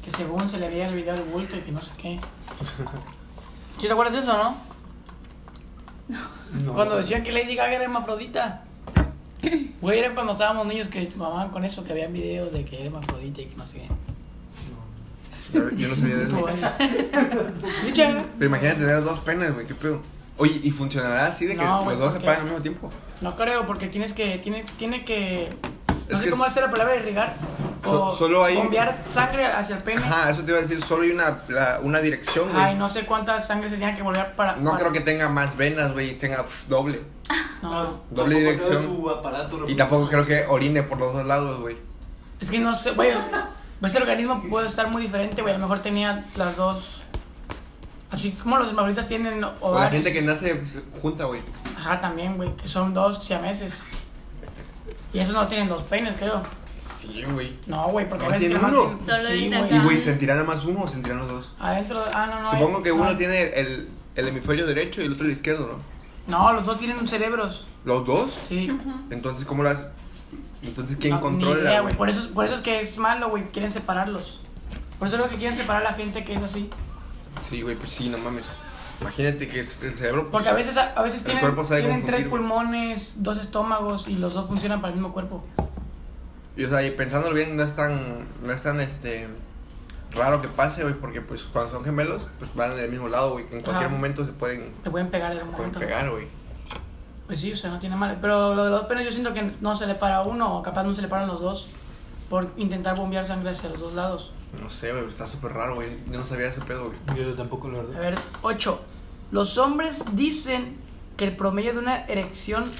[SPEAKER 1] Que según se le veía el video al bulto y que no sé qué. ¿Sí te acuerdas de eso, no?
[SPEAKER 3] No.
[SPEAKER 1] Cuando decían que Lady Gaga era hemafrodita. Güey, era cuando estábamos niños que mamaban con eso, que habían videos de que era hemafrodita y que no sé qué.
[SPEAKER 3] Yo, yo no sabía de eso.
[SPEAKER 1] Tú eres. Lucha.
[SPEAKER 3] Pero imagínate tener dos penes, güey, qué pedo. Oye, ¿y funcionará así de que
[SPEAKER 1] No,
[SPEAKER 3] los
[SPEAKER 1] güey,
[SPEAKER 3] dos se
[SPEAKER 1] porque-
[SPEAKER 3] paguen al mismo tiempo?
[SPEAKER 1] No creo, porque tienes que. Tiene, tiene que. No
[SPEAKER 3] Es
[SPEAKER 1] sé
[SPEAKER 3] que
[SPEAKER 1] cómo
[SPEAKER 3] es-
[SPEAKER 1] hacer la palabra de irrigar. O
[SPEAKER 3] So- solo hay-
[SPEAKER 1] bombear sangre hacia el pene.
[SPEAKER 3] Ajá, eso te iba a decir, solo hay una, la- una dirección, güey.
[SPEAKER 1] Ay, no sé cuánta sangre se tiene que volver para.
[SPEAKER 3] No
[SPEAKER 1] para-
[SPEAKER 3] creo que tenga más venas, güey, y tenga pf, doble.
[SPEAKER 1] No.
[SPEAKER 2] Tampoco
[SPEAKER 3] Doble dirección.
[SPEAKER 2] sabe Ah, su aparato
[SPEAKER 3] Y tampoco creo que orine por los dos lados, güey.
[SPEAKER 1] Es que no sé, güey. Ese organismo puede estar muy diferente, güey. A lo mejor tenía las dos. Así como los hermafroditas tienen
[SPEAKER 3] O la
[SPEAKER 1] ovarios.
[SPEAKER 3] gente que nace pues, junta, güey.
[SPEAKER 1] Ajá, también, güey. Que son dos siameses. Y esos no tienen dos peines, creo.
[SPEAKER 3] Sí, güey.
[SPEAKER 1] No, güey, porque
[SPEAKER 3] No,
[SPEAKER 1] a veces que
[SPEAKER 3] tienen
[SPEAKER 1] nomás
[SPEAKER 3] uno.
[SPEAKER 1] tienen-
[SPEAKER 4] Solo
[SPEAKER 1] Sí,
[SPEAKER 4] el de
[SPEAKER 1] güey.
[SPEAKER 3] Y, güey,
[SPEAKER 4] Ajá.
[SPEAKER 3] ¿sentirán nada más uno o sentirán los dos?
[SPEAKER 1] Adentro, ah, no, no.
[SPEAKER 3] Supongo
[SPEAKER 1] hay-
[SPEAKER 3] que uno
[SPEAKER 1] no.
[SPEAKER 3] tiene el, el hemisferio derecho y el otro el izquierdo, ¿no?
[SPEAKER 1] No, los dos tienen cerebros.
[SPEAKER 3] ¿Los dos?
[SPEAKER 1] Sí.
[SPEAKER 3] Entonces, ¿cómo las...? Entonces, ¿quién
[SPEAKER 1] No, ni idea,
[SPEAKER 3] controla,
[SPEAKER 1] güey.
[SPEAKER 3] güey?
[SPEAKER 1] Por eso, por eso es que es malo, güey. Quieren separarlos. Por eso es lo que quieren separar a la gente que es así.
[SPEAKER 3] Sí, güey, pues sí, no mames. Imagínate que es el cerebro... pues,
[SPEAKER 1] Porque a veces, a veces
[SPEAKER 3] El
[SPEAKER 1] tienen,
[SPEAKER 3] cuerpo sabe
[SPEAKER 1] tienen
[SPEAKER 3] confundir,
[SPEAKER 1] tres
[SPEAKER 3] güey.
[SPEAKER 1] pulmones, dos estómagos y los dos funcionan para el mismo cuerpo.
[SPEAKER 3] Y, o sea, y pensándolo bien, no es tan, no es tan, este, raro que pase, güey, porque, pues, cuando son gemelos, pues, van del mismo lado, güey, en cualquier
[SPEAKER 1] Ajá.
[SPEAKER 3] momento se pueden,
[SPEAKER 1] Te pueden pegar de algún
[SPEAKER 3] pueden
[SPEAKER 1] momento.
[SPEAKER 3] pegar, güey.
[SPEAKER 1] Pues sí, o sea, no tiene mal. Pero lo de los penes yo siento que no se le para uno o capaz no se le paran los dos por intentar bombear sangre hacia los dos lados.
[SPEAKER 3] No sé, güey, está súper raro, güey, yo no sabía ese pedo, güey.
[SPEAKER 2] Yo tampoco, la
[SPEAKER 1] A
[SPEAKER 2] verdad.
[SPEAKER 1] ver, 8. Los hombres dicen que el promedio de una erección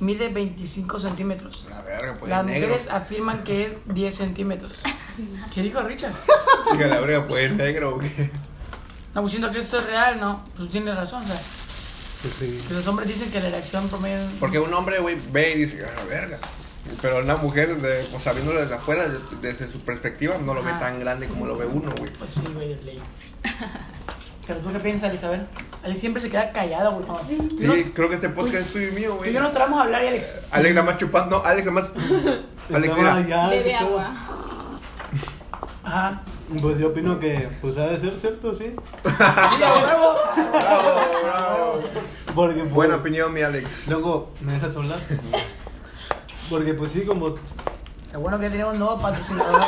[SPEAKER 1] mide 25 centímetros.
[SPEAKER 3] La verga, pues,
[SPEAKER 1] Las
[SPEAKER 3] negro.
[SPEAKER 1] mujeres afirman que es 10 centímetros. ¿Qué dijo Richard?
[SPEAKER 3] Diga, la verga, pues, negro, güey.
[SPEAKER 1] No, pues siento que esto es real, ¿no? Tú tienes razón, o sea,
[SPEAKER 2] Pues sí.
[SPEAKER 1] que los hombres dicen que la erección promedio...
[SPEAKER 3] Porque un hombre, güey, ve y dice, "Ah, la verga. Pero una mujer, de, o sea, viéndolo desde afuera, de- desde su perspectiva, no lo ve
[SPEAKER 1] Ajá.
[SPEAKER 3] tan grande como lo ve uno, güey.
[SPEAKER 1] Pues sí, güey, de ley. Pero tú qué piensas, Alice, a ver. Alice siempre se queda callada, güey. cuando- Tú, y yo-
[SPEAKER 3] Sí, creo que este podcast es tuyo y mío,
[SPEAKER 1] tú y
[SPEAKER 3] güey.
[SPEAKER 1] yo no tramos a hablar y Alex...
[SPEAKER 3] Alex nada más chupando, Alex nada más... Alex,
[SPEAKER 2] No,
[SPEAKER 3] mira.
[SPEAKER 2] ya,
[SPEAKER 4] Bebe
[SPEAKER 2] Ah, ¿qué pedo?
[SPEAKER 4] agua.
[SPEAKER 1] Ajá.
[SPEAKER 2] Pues yo opino que, pues ha de ser cierto, sí.
[SPEAKER 1] ¡Sí, a huevo!
[SPEAKER 3] Bravo, bravo.
[SPEAKER 2] Porque, pues,
[SPEAKER 3] Buena opinión, mi Alex.
[SPEAKER 2] Luego, ¿me dejas hablar? Porque, pues sí, como.
[SPEAKER 1] Lo bueno que tenemos un nuevo patrocinador.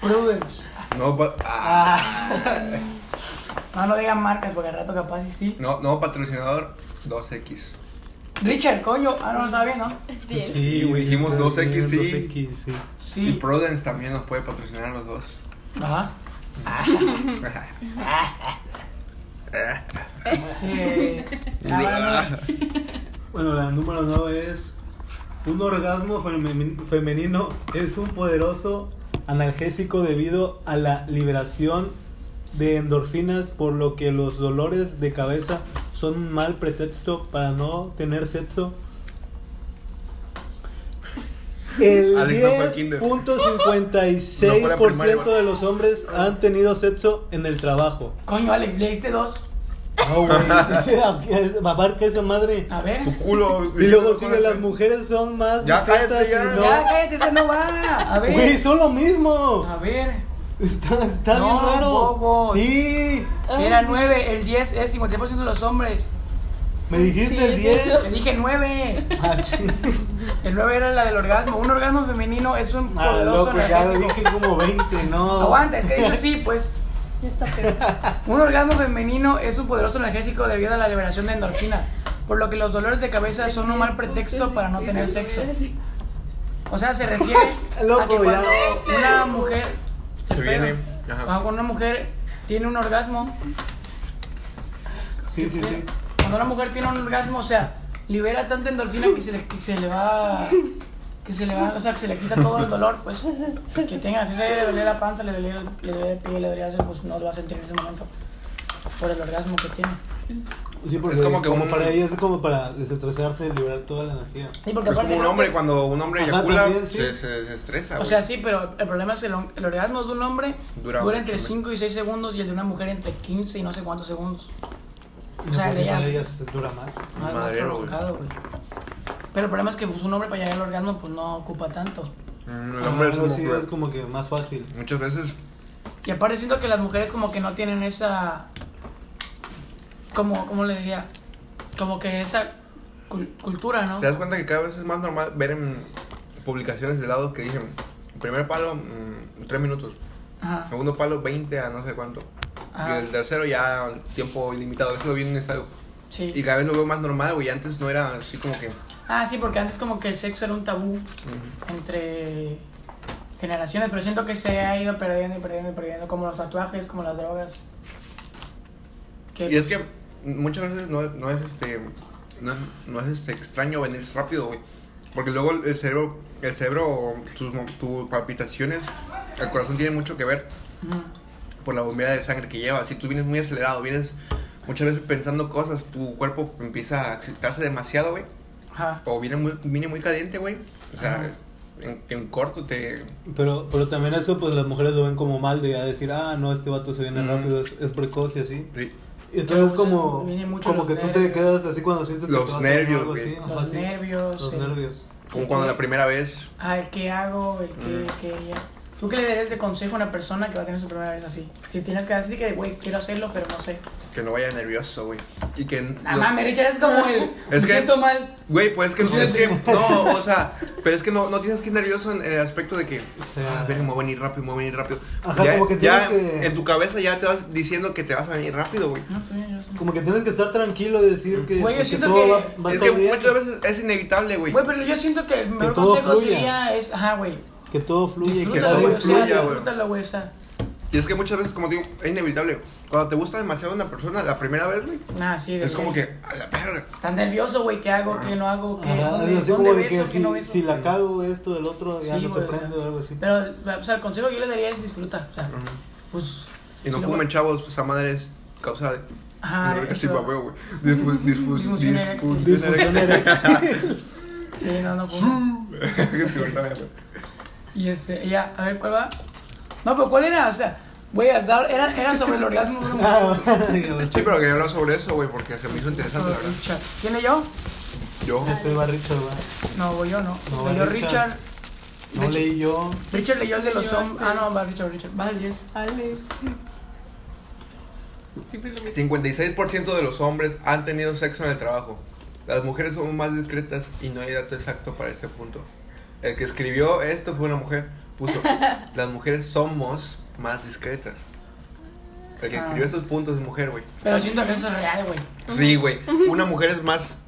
[SPEAKER 1] Prudence.
[SPEAKER 3] No, pa- ah,
[SPEAKER 2] Ah,
[SPEAKER 1] No, no digan marcas porque al rato capaz y sí.
[SPEAKER 3] no, no patrocinador 2X.
[SPEAKER 1] Richard, coño. Ah, no lo sabe, ¿no?
[SPEAKER 4] Sí.
[SPEAKER 3] Sí, güey, dijimos
[SPEAKER 2] está
[SPEAKER 3] 2X,
[SPEAKER 2] bien,
[SPEAKER 3] sí.
[SPEAKER 2] 2X, sí.
[SPEAKER 3] Y
[SPEAKER 1] Sí.
[SPEAKER 3] Prudence también nos puede patrocinar a los dos.
[SPEAKER 1] Ajá. Este... ah, bueno,
[SPEAKER 2] Bueno, la número 9 es. Un orgasmo femen- femenino es un poderoso analgésico debido a la liberación de endorfinas, por lo que los dolores de cabeza son un mal pretexto para no tener sexo. El
[SPEAKER 3] Alex no fue al kinder.
[SPEAKER 2] 10.56%
[SPEAKER 3] No fue a la primaria,
[SPEAKER 2] de los hombres han tenido sexo en el trabajo.
[SPEAKER 1] Coño, Alex, leíste dos.
[SPEAKER 2] No, güey. Ese- Abarca esa madre.
[SPEAKER 1] A ver.
[SPEAKER 3] Tu culo.
[SPEAKER 2] Y luego sigue, las mujeres son más
[SPEAKER 3] Ya,
[SPEAKER 2] discretas
[SPEAKER 3] cállate, ya.
[SPEAKER 2] y no-
[SPEAKER 1] Ya, cállate, ese no va. A ver.
[SPEAKER 2] Güey, son lo mismo.
[SPEAKER 1] A ver.
[SPEAKER 2] Está, está
[SPEAKER 1] No,
[SPEAKER 2] bien raro.
[SPEAKER 1] bobo.
[SPEAKER 2] Sí.
[SPEAKER 1] Era 9, el 10 es 50% de los hombres.
[SPEAKER 2] Me dijiste
[SPEAKER 4] Sí,
[SPEAKER 2] el
[SPEAKER 4] sí,
[SPEAKER 2] 10.
[SPEAKER 1] Te dije 9.
[SPEAKER 2] Ah, ching.
[SPEAKER 1] El 9 era la del orgasmo. Un orgasmo femenino es un
[SPEAKER 2] Ah,
[SPEAKER 1] poderoso
[SPEAKER 2] loco, ya lo
[SPEAKER 1] analgésico.
[SPEAKER 2] dije como 20, no.
[SPEAKER 1] Aguanta, es que dice así, pues.
[SPEAKER 4] Ya está peor.
[SPEAKER 1] Un orgasmo femenino es un poderoso analgésico debido a la liberación de endorfinas, por lo que los dolores de cabeza son un mal pretexto para no tener sexo. O sea, se refiere a que
[SPEAKER 2] Loco, ya.
[SPEAKER 1] cuando una mujer
[SPEAKER 3] Se viene. Ajá.
[SPEAKER 1] cuando una mujer tiene un orgasmo,
[SPEAKER 2] Sí, sí, sí.
[SPEAKER 1] cuando una mujer tiene un orgasmo, o sea, libera tanta endorfina que se le, que se le va que se le va, o sea, que se le quita todo el dolor, pues que tenga, si se le dolía la panza, le dolía, el- le dolía el pie, le dolía eso, pues no lo va a sentir en ese momento por el orgasmo que tiene.
[SPEAKER 2] Sí, porque
[SPEAKER 3] Es como que un-
[SPEAKER 2] para ella es como para desestresarse, liberar toda la energía.
[SPEAKER 1] Sí, porque
[SPEAKER 3] Es
[SPEAKER 1] aparte
[SPEAKER 3] como un
[SPEAKER 1] no
[SPEAKER 3] hombre,
[SPEAKER 1] te-
[SPEAKER 3] cuando un hombre
[SPEAKER 2] Ajá,
[SPEAKER 3] eyacula,
[SPEAKER 2] también, sí.
[SPEAKER 3] se, se desestresa,
[SPEAKER 1] O
[SPEAKER 3] güey.
[SPEAKER 1] sea, sí, pero el problema es el, el orgasmo de un hombre
[SPEAKER 3] Dura
[SPEAKER 1] dura, entre
[SPEAKER 3] mucho, ¿no?
[SPEAKER 1] 5 y 6 segundos y el de una mujer entre 15 y no sé cuántos segundos. O sea,
[SPEAKER 2] una
[SPEAKER 1] le
[SPEAKER 2] de
[SPEAKER 1] das-
[SPEAKER 2] ellas dura más.
[SPEAKER 1] Más
[SPEAKER 3] Madrero, güey.
[SPEAKER 1] provocado, güey. Pero el problema es que pues, un hombre para llegar al orgasmo pues no ocupa tanto.
[SPEAKER 3] Mm, El
[SPEAKER 2] Ah,
[SPEAKER 3] hombre es
[SPEAKER 2] algo
[SPEAKER 3] como
[SPEAKER 2] así
[SPEAKER 3] que-
[SPEAKER 2] es como que más fácil.
[SPEAKER 3] Muchas veces.
[SPEAKER 1] Y aparte siento que las mujeres como que no tienen esa... Como, ¿cómo le diría? Como que esa cul- cultura, ¿no?
[SPEAKER 3] ¿Te das cuenta que cada vez es más normal ver en publicaciones de lados que dicen: primer palo, mm, tres minutos.
[SPEAKER 2] Ah.
[SPEAKER 1] Ajá.
[SPEAKER 3] Segundo palo, 20 a no sé cuánto.
[SPEAKER 1] Ajá.
[SPEAKER 3] Y el tercero ya tiempo ilimitado. Eso lo vi en Instagram. Y
[SPEAKER 1] Sí.
[SPEAKER 3] cada vez lo veo más normal, güey. Antes no era así como que.
[SPEAKER 1] Ah, sí, porque antes como que el sexo era un tabú
[SPEAKER 3] mm,
[SPEAKER 1] entre generaciones, pero siento que se ha ido perdiendo y perdiendo y perdiendo, como los tatuajes, como las drogas. Que-
[SPEAKER 3] Y es que muchas veces no, no es este. No, no es este extraño venir rápido, güey. Porque luego el cerebro, el cerebro, sus mo- tus palpitaciones, el corazón tiene mucho que ver
[SPEAKER 1] Ujú.
[SPEAKER 3] por la bombeada de sangre que lleva. Si tú vienes muy acelerado, vienes muchas veces pensando cosas, tu cuerpo empieza a excitarse demasiado, güey.
[SPEAKER 1] Ajá.
[SPEAKER 3] O viene muy, viene muy caliente, güey. O sea,
[SPEAKER 1] Ajá.
[SPEAKER 3] es- en, en corto te...
[SPEAKER 2] Pero, pero también eso, pues las mujeres lo ven como mal de ya decir, ah, no, este vato se viene
[SPEAKER 3] Mm.
[SPEAKER 2] rápido, es, es precoz y así.
[SPEAKER 3] sí.
[SPEAKER 2] Y entonces,
[SPEAKER 1] Entonces,
[SPEAKER 2] como,
[SPEAKER 1] viene mucho
[SPEAKER 2] como
[SPEAKER 1] los
[SPEAKER 2] que tú te
[SPEAKER 1] nervios.
[SPEAKER 2] quedas así cuando sientes que te
[SPEAKER 3] Los
[SPEAKER 2] vas a hacer
[SPEAKER 3] nervios,
[SPEAKER 2] algo así,
[SPEAKER 3] güey.
[SPEAKER 2] ajá,
[SPEAKER 1] Los
[SPEAKER 2] sí.
[SPEAKER 1] nervios.
[SPEAKER 2] Los
[SPEAKER 1] el-
[SPEAKER 2] nervios.
[SPEAKER 3] Como cuando la primera vez...
[SPEAKER 1] Ah, el qué hago, el qué,
[SPEAKER 3] Mm.
[SPEAKER 1] qué ya. ¿Tú qué le darías de consejo a una persona que va a tener su primera vez así? Si tienes que decir que, güey, quiero hacerlo, pero no sé.
[SPEAKER 3] Que no vaya nervioso, güey. Y que...
[SPEAKER 1] Ah,
[SPEAKER 3] lo-
[SPEAKER 1] mames, Richard es como el.
[SPEAKER 3] Es
[SPEAKER 1] me
[SPEAKER 3] que-
[SPEAKER 1] siento mal.
[SPEAKER 3] Güey, pues es que,
[SPEAKER 1] Pues
[SPEAKER 3] no,
[SPEAKER 1] sí,
[SPEAKER 3] es
[SPEAKER 1] sí.
[SPEAKER 3] que no, o sea, pero es que no, no tienes que ir nervioso en el aspecto de que,
[SPEAKER 2] O sea-
[SPEAKER 3] ah, verga, me voy a venir rápido, me voy a venir rápido.
[SPEAKER 2] Ajá,
[SPEAKER 3] ya,
[SPEAKER 2] como que
[SPEAKER 3] ya
[SPEAKER 2] tienes que-
[SPEAKER 3] en tu cabeza ya te vas diciendo que te vas a venir rápido, güey.
[SPEAKER 1] No sé, yo sé.
[SPEAKER 2] Como que tienes que estar tranquilo y decir que,
[SPEAKER 1] Güey, yo
[SPEAKER 2] que
[SPEAKER 1] siento
[SPEAKER 2] todo
[SPEAKER 1] que-
[SPEAKER 2] va, va a
[SPEAKER 3] Es
[SPEAKER 2] estar
[SPEAKER 3] que
[SPEAKER 2] bien,
[SPEAKER 3] muchas veces es inevitable, güey.
[SPEAKER 1] Güey, pero yo siento que el mejor
[SPEAKER 2] todo
[SPEAKER 1] consejo
[SPEAKER 2] fluya.
[SPEAKER 1] sería es. Ajá, güey.
[SPEAKER 2] que todo fluye, que
[SPEAKER 1] Disfrútalo,
[SPEAKER 3] todo
[SPEAKER 1] güey.
[SPEAKER 2] nadie
[SPEAKER 1] O sea,
[SPEAKER 3] fluya, güey.
[SPEAKER 1] disfrútalo, güey. O sea,
[SPEAKER 3] Y es que muchas veces, como te digo, es inevitable. Cuando te gusta demasiado una persona la primera vez, güey,
[SPEAKER 1] nada, sí. de
[SPEAKER 3] es como
[SPEAKER 1] ley.
[SPEAKER 3] que, a la verga.
[SPEAKER 1] Tan nervioso, güey, ¿qué hago? ¿Qué no hago? ¿Qué?
[SPEAKER 2] Ajá,
[SPEAKER 1] ¿Dónde,
[SPEAKER 2] así
[SPEAKER 1] dónde
[SPEAKER 2] como de
[SPEAKER 1] beso?
[SPEAKER 2] que
[SPEAKER 1] ¿Qué
[SPEAKER 2] si,
[SPEAKER 1] no beso?
[SPEAKER 2] si la cago esto, el otro, ya
[SPEAKER 1] Sí,
[SPEAKER 2] no se
[SPEAKER 1] güey, o sea,
[SPEAKER 2] prende o algo así.
[SPEAKER 1] Pero, o sea, el consejo que yo le daría es disfruta. O sea,
[SPEAKER 3] Ajá.
[SPEAKER 1] pues.
[SPEAKER 3] Y no
[SPEAKER 1] si lo-
[SPEAKER 3] fumen, chavos, pues, esa madre es causa de.
[SPEAKER 1] Ajá,
[SPEAKER 3] de-
[SPEAKER 1] Ah, eso.
[SPEAKER 3] sí, babeo, güey. Disfus- disfus-
[SPEAKER 1] Disfunción eréctil.
[SPEAKER 3] disfunción
[SPEAKER 2] Disfunción eréctil.
[SPEAKER 1] Sí, no, no fumes.
[SPEAKER 3] eréctil. Ahorita me-
[SPEAKER 1] Y este, ya, a ver cuál va. No, pero ¿cuál era? O sea, güey, era, era sobre el orgasmo. ¿no?
[SPEAKER 2] Ah, ya, güey.
[SPEAKER 3] Sí, pero quería hablar sobre eso, güey, porque se me hizo interesante, la verdad.
[SPEAKER 1] Richard. ¿Tiene yo?
[SPEAKER 3] Yo.
[SPEAKER 2] Este va Richard, va.
[SPEAKER 1] No, voy yo no.
[SPEAKER 2] No,
[SPEAKER 1] leyó
[SPEAKER 2] Richard.
[SPEAKER 1] Richard.
[SPEAKER 2] No leí yo.
[SPEAKER 1] Richard leyó el de los
[SPEAKER 4] Yo,
[SPEAKER 1] hombres.
[SPEAKER 4] sí.
[SPEAKER 1] Ah, no, va Richard, Richard. Vas el 10.
[SPEAKER 4] Ale. Siempre lo mismo.
[SPEAKER 3] 56% de los hombres han tenido sexo en el trabajo. Las mujeres son más discretas y no hay dato exacto para ese punto. El que escribió esto fue una mujer. Puso, las mujeres somos más discretas. El que
[SPEAKER 1] Ah.
[SPEAKER 3] escribió estos puntos es mujer, güey.
[SPEAKER 1] Pero siento que eso es real, güey.
[SPEAKER 3] Sí, güey. Una mujer es más...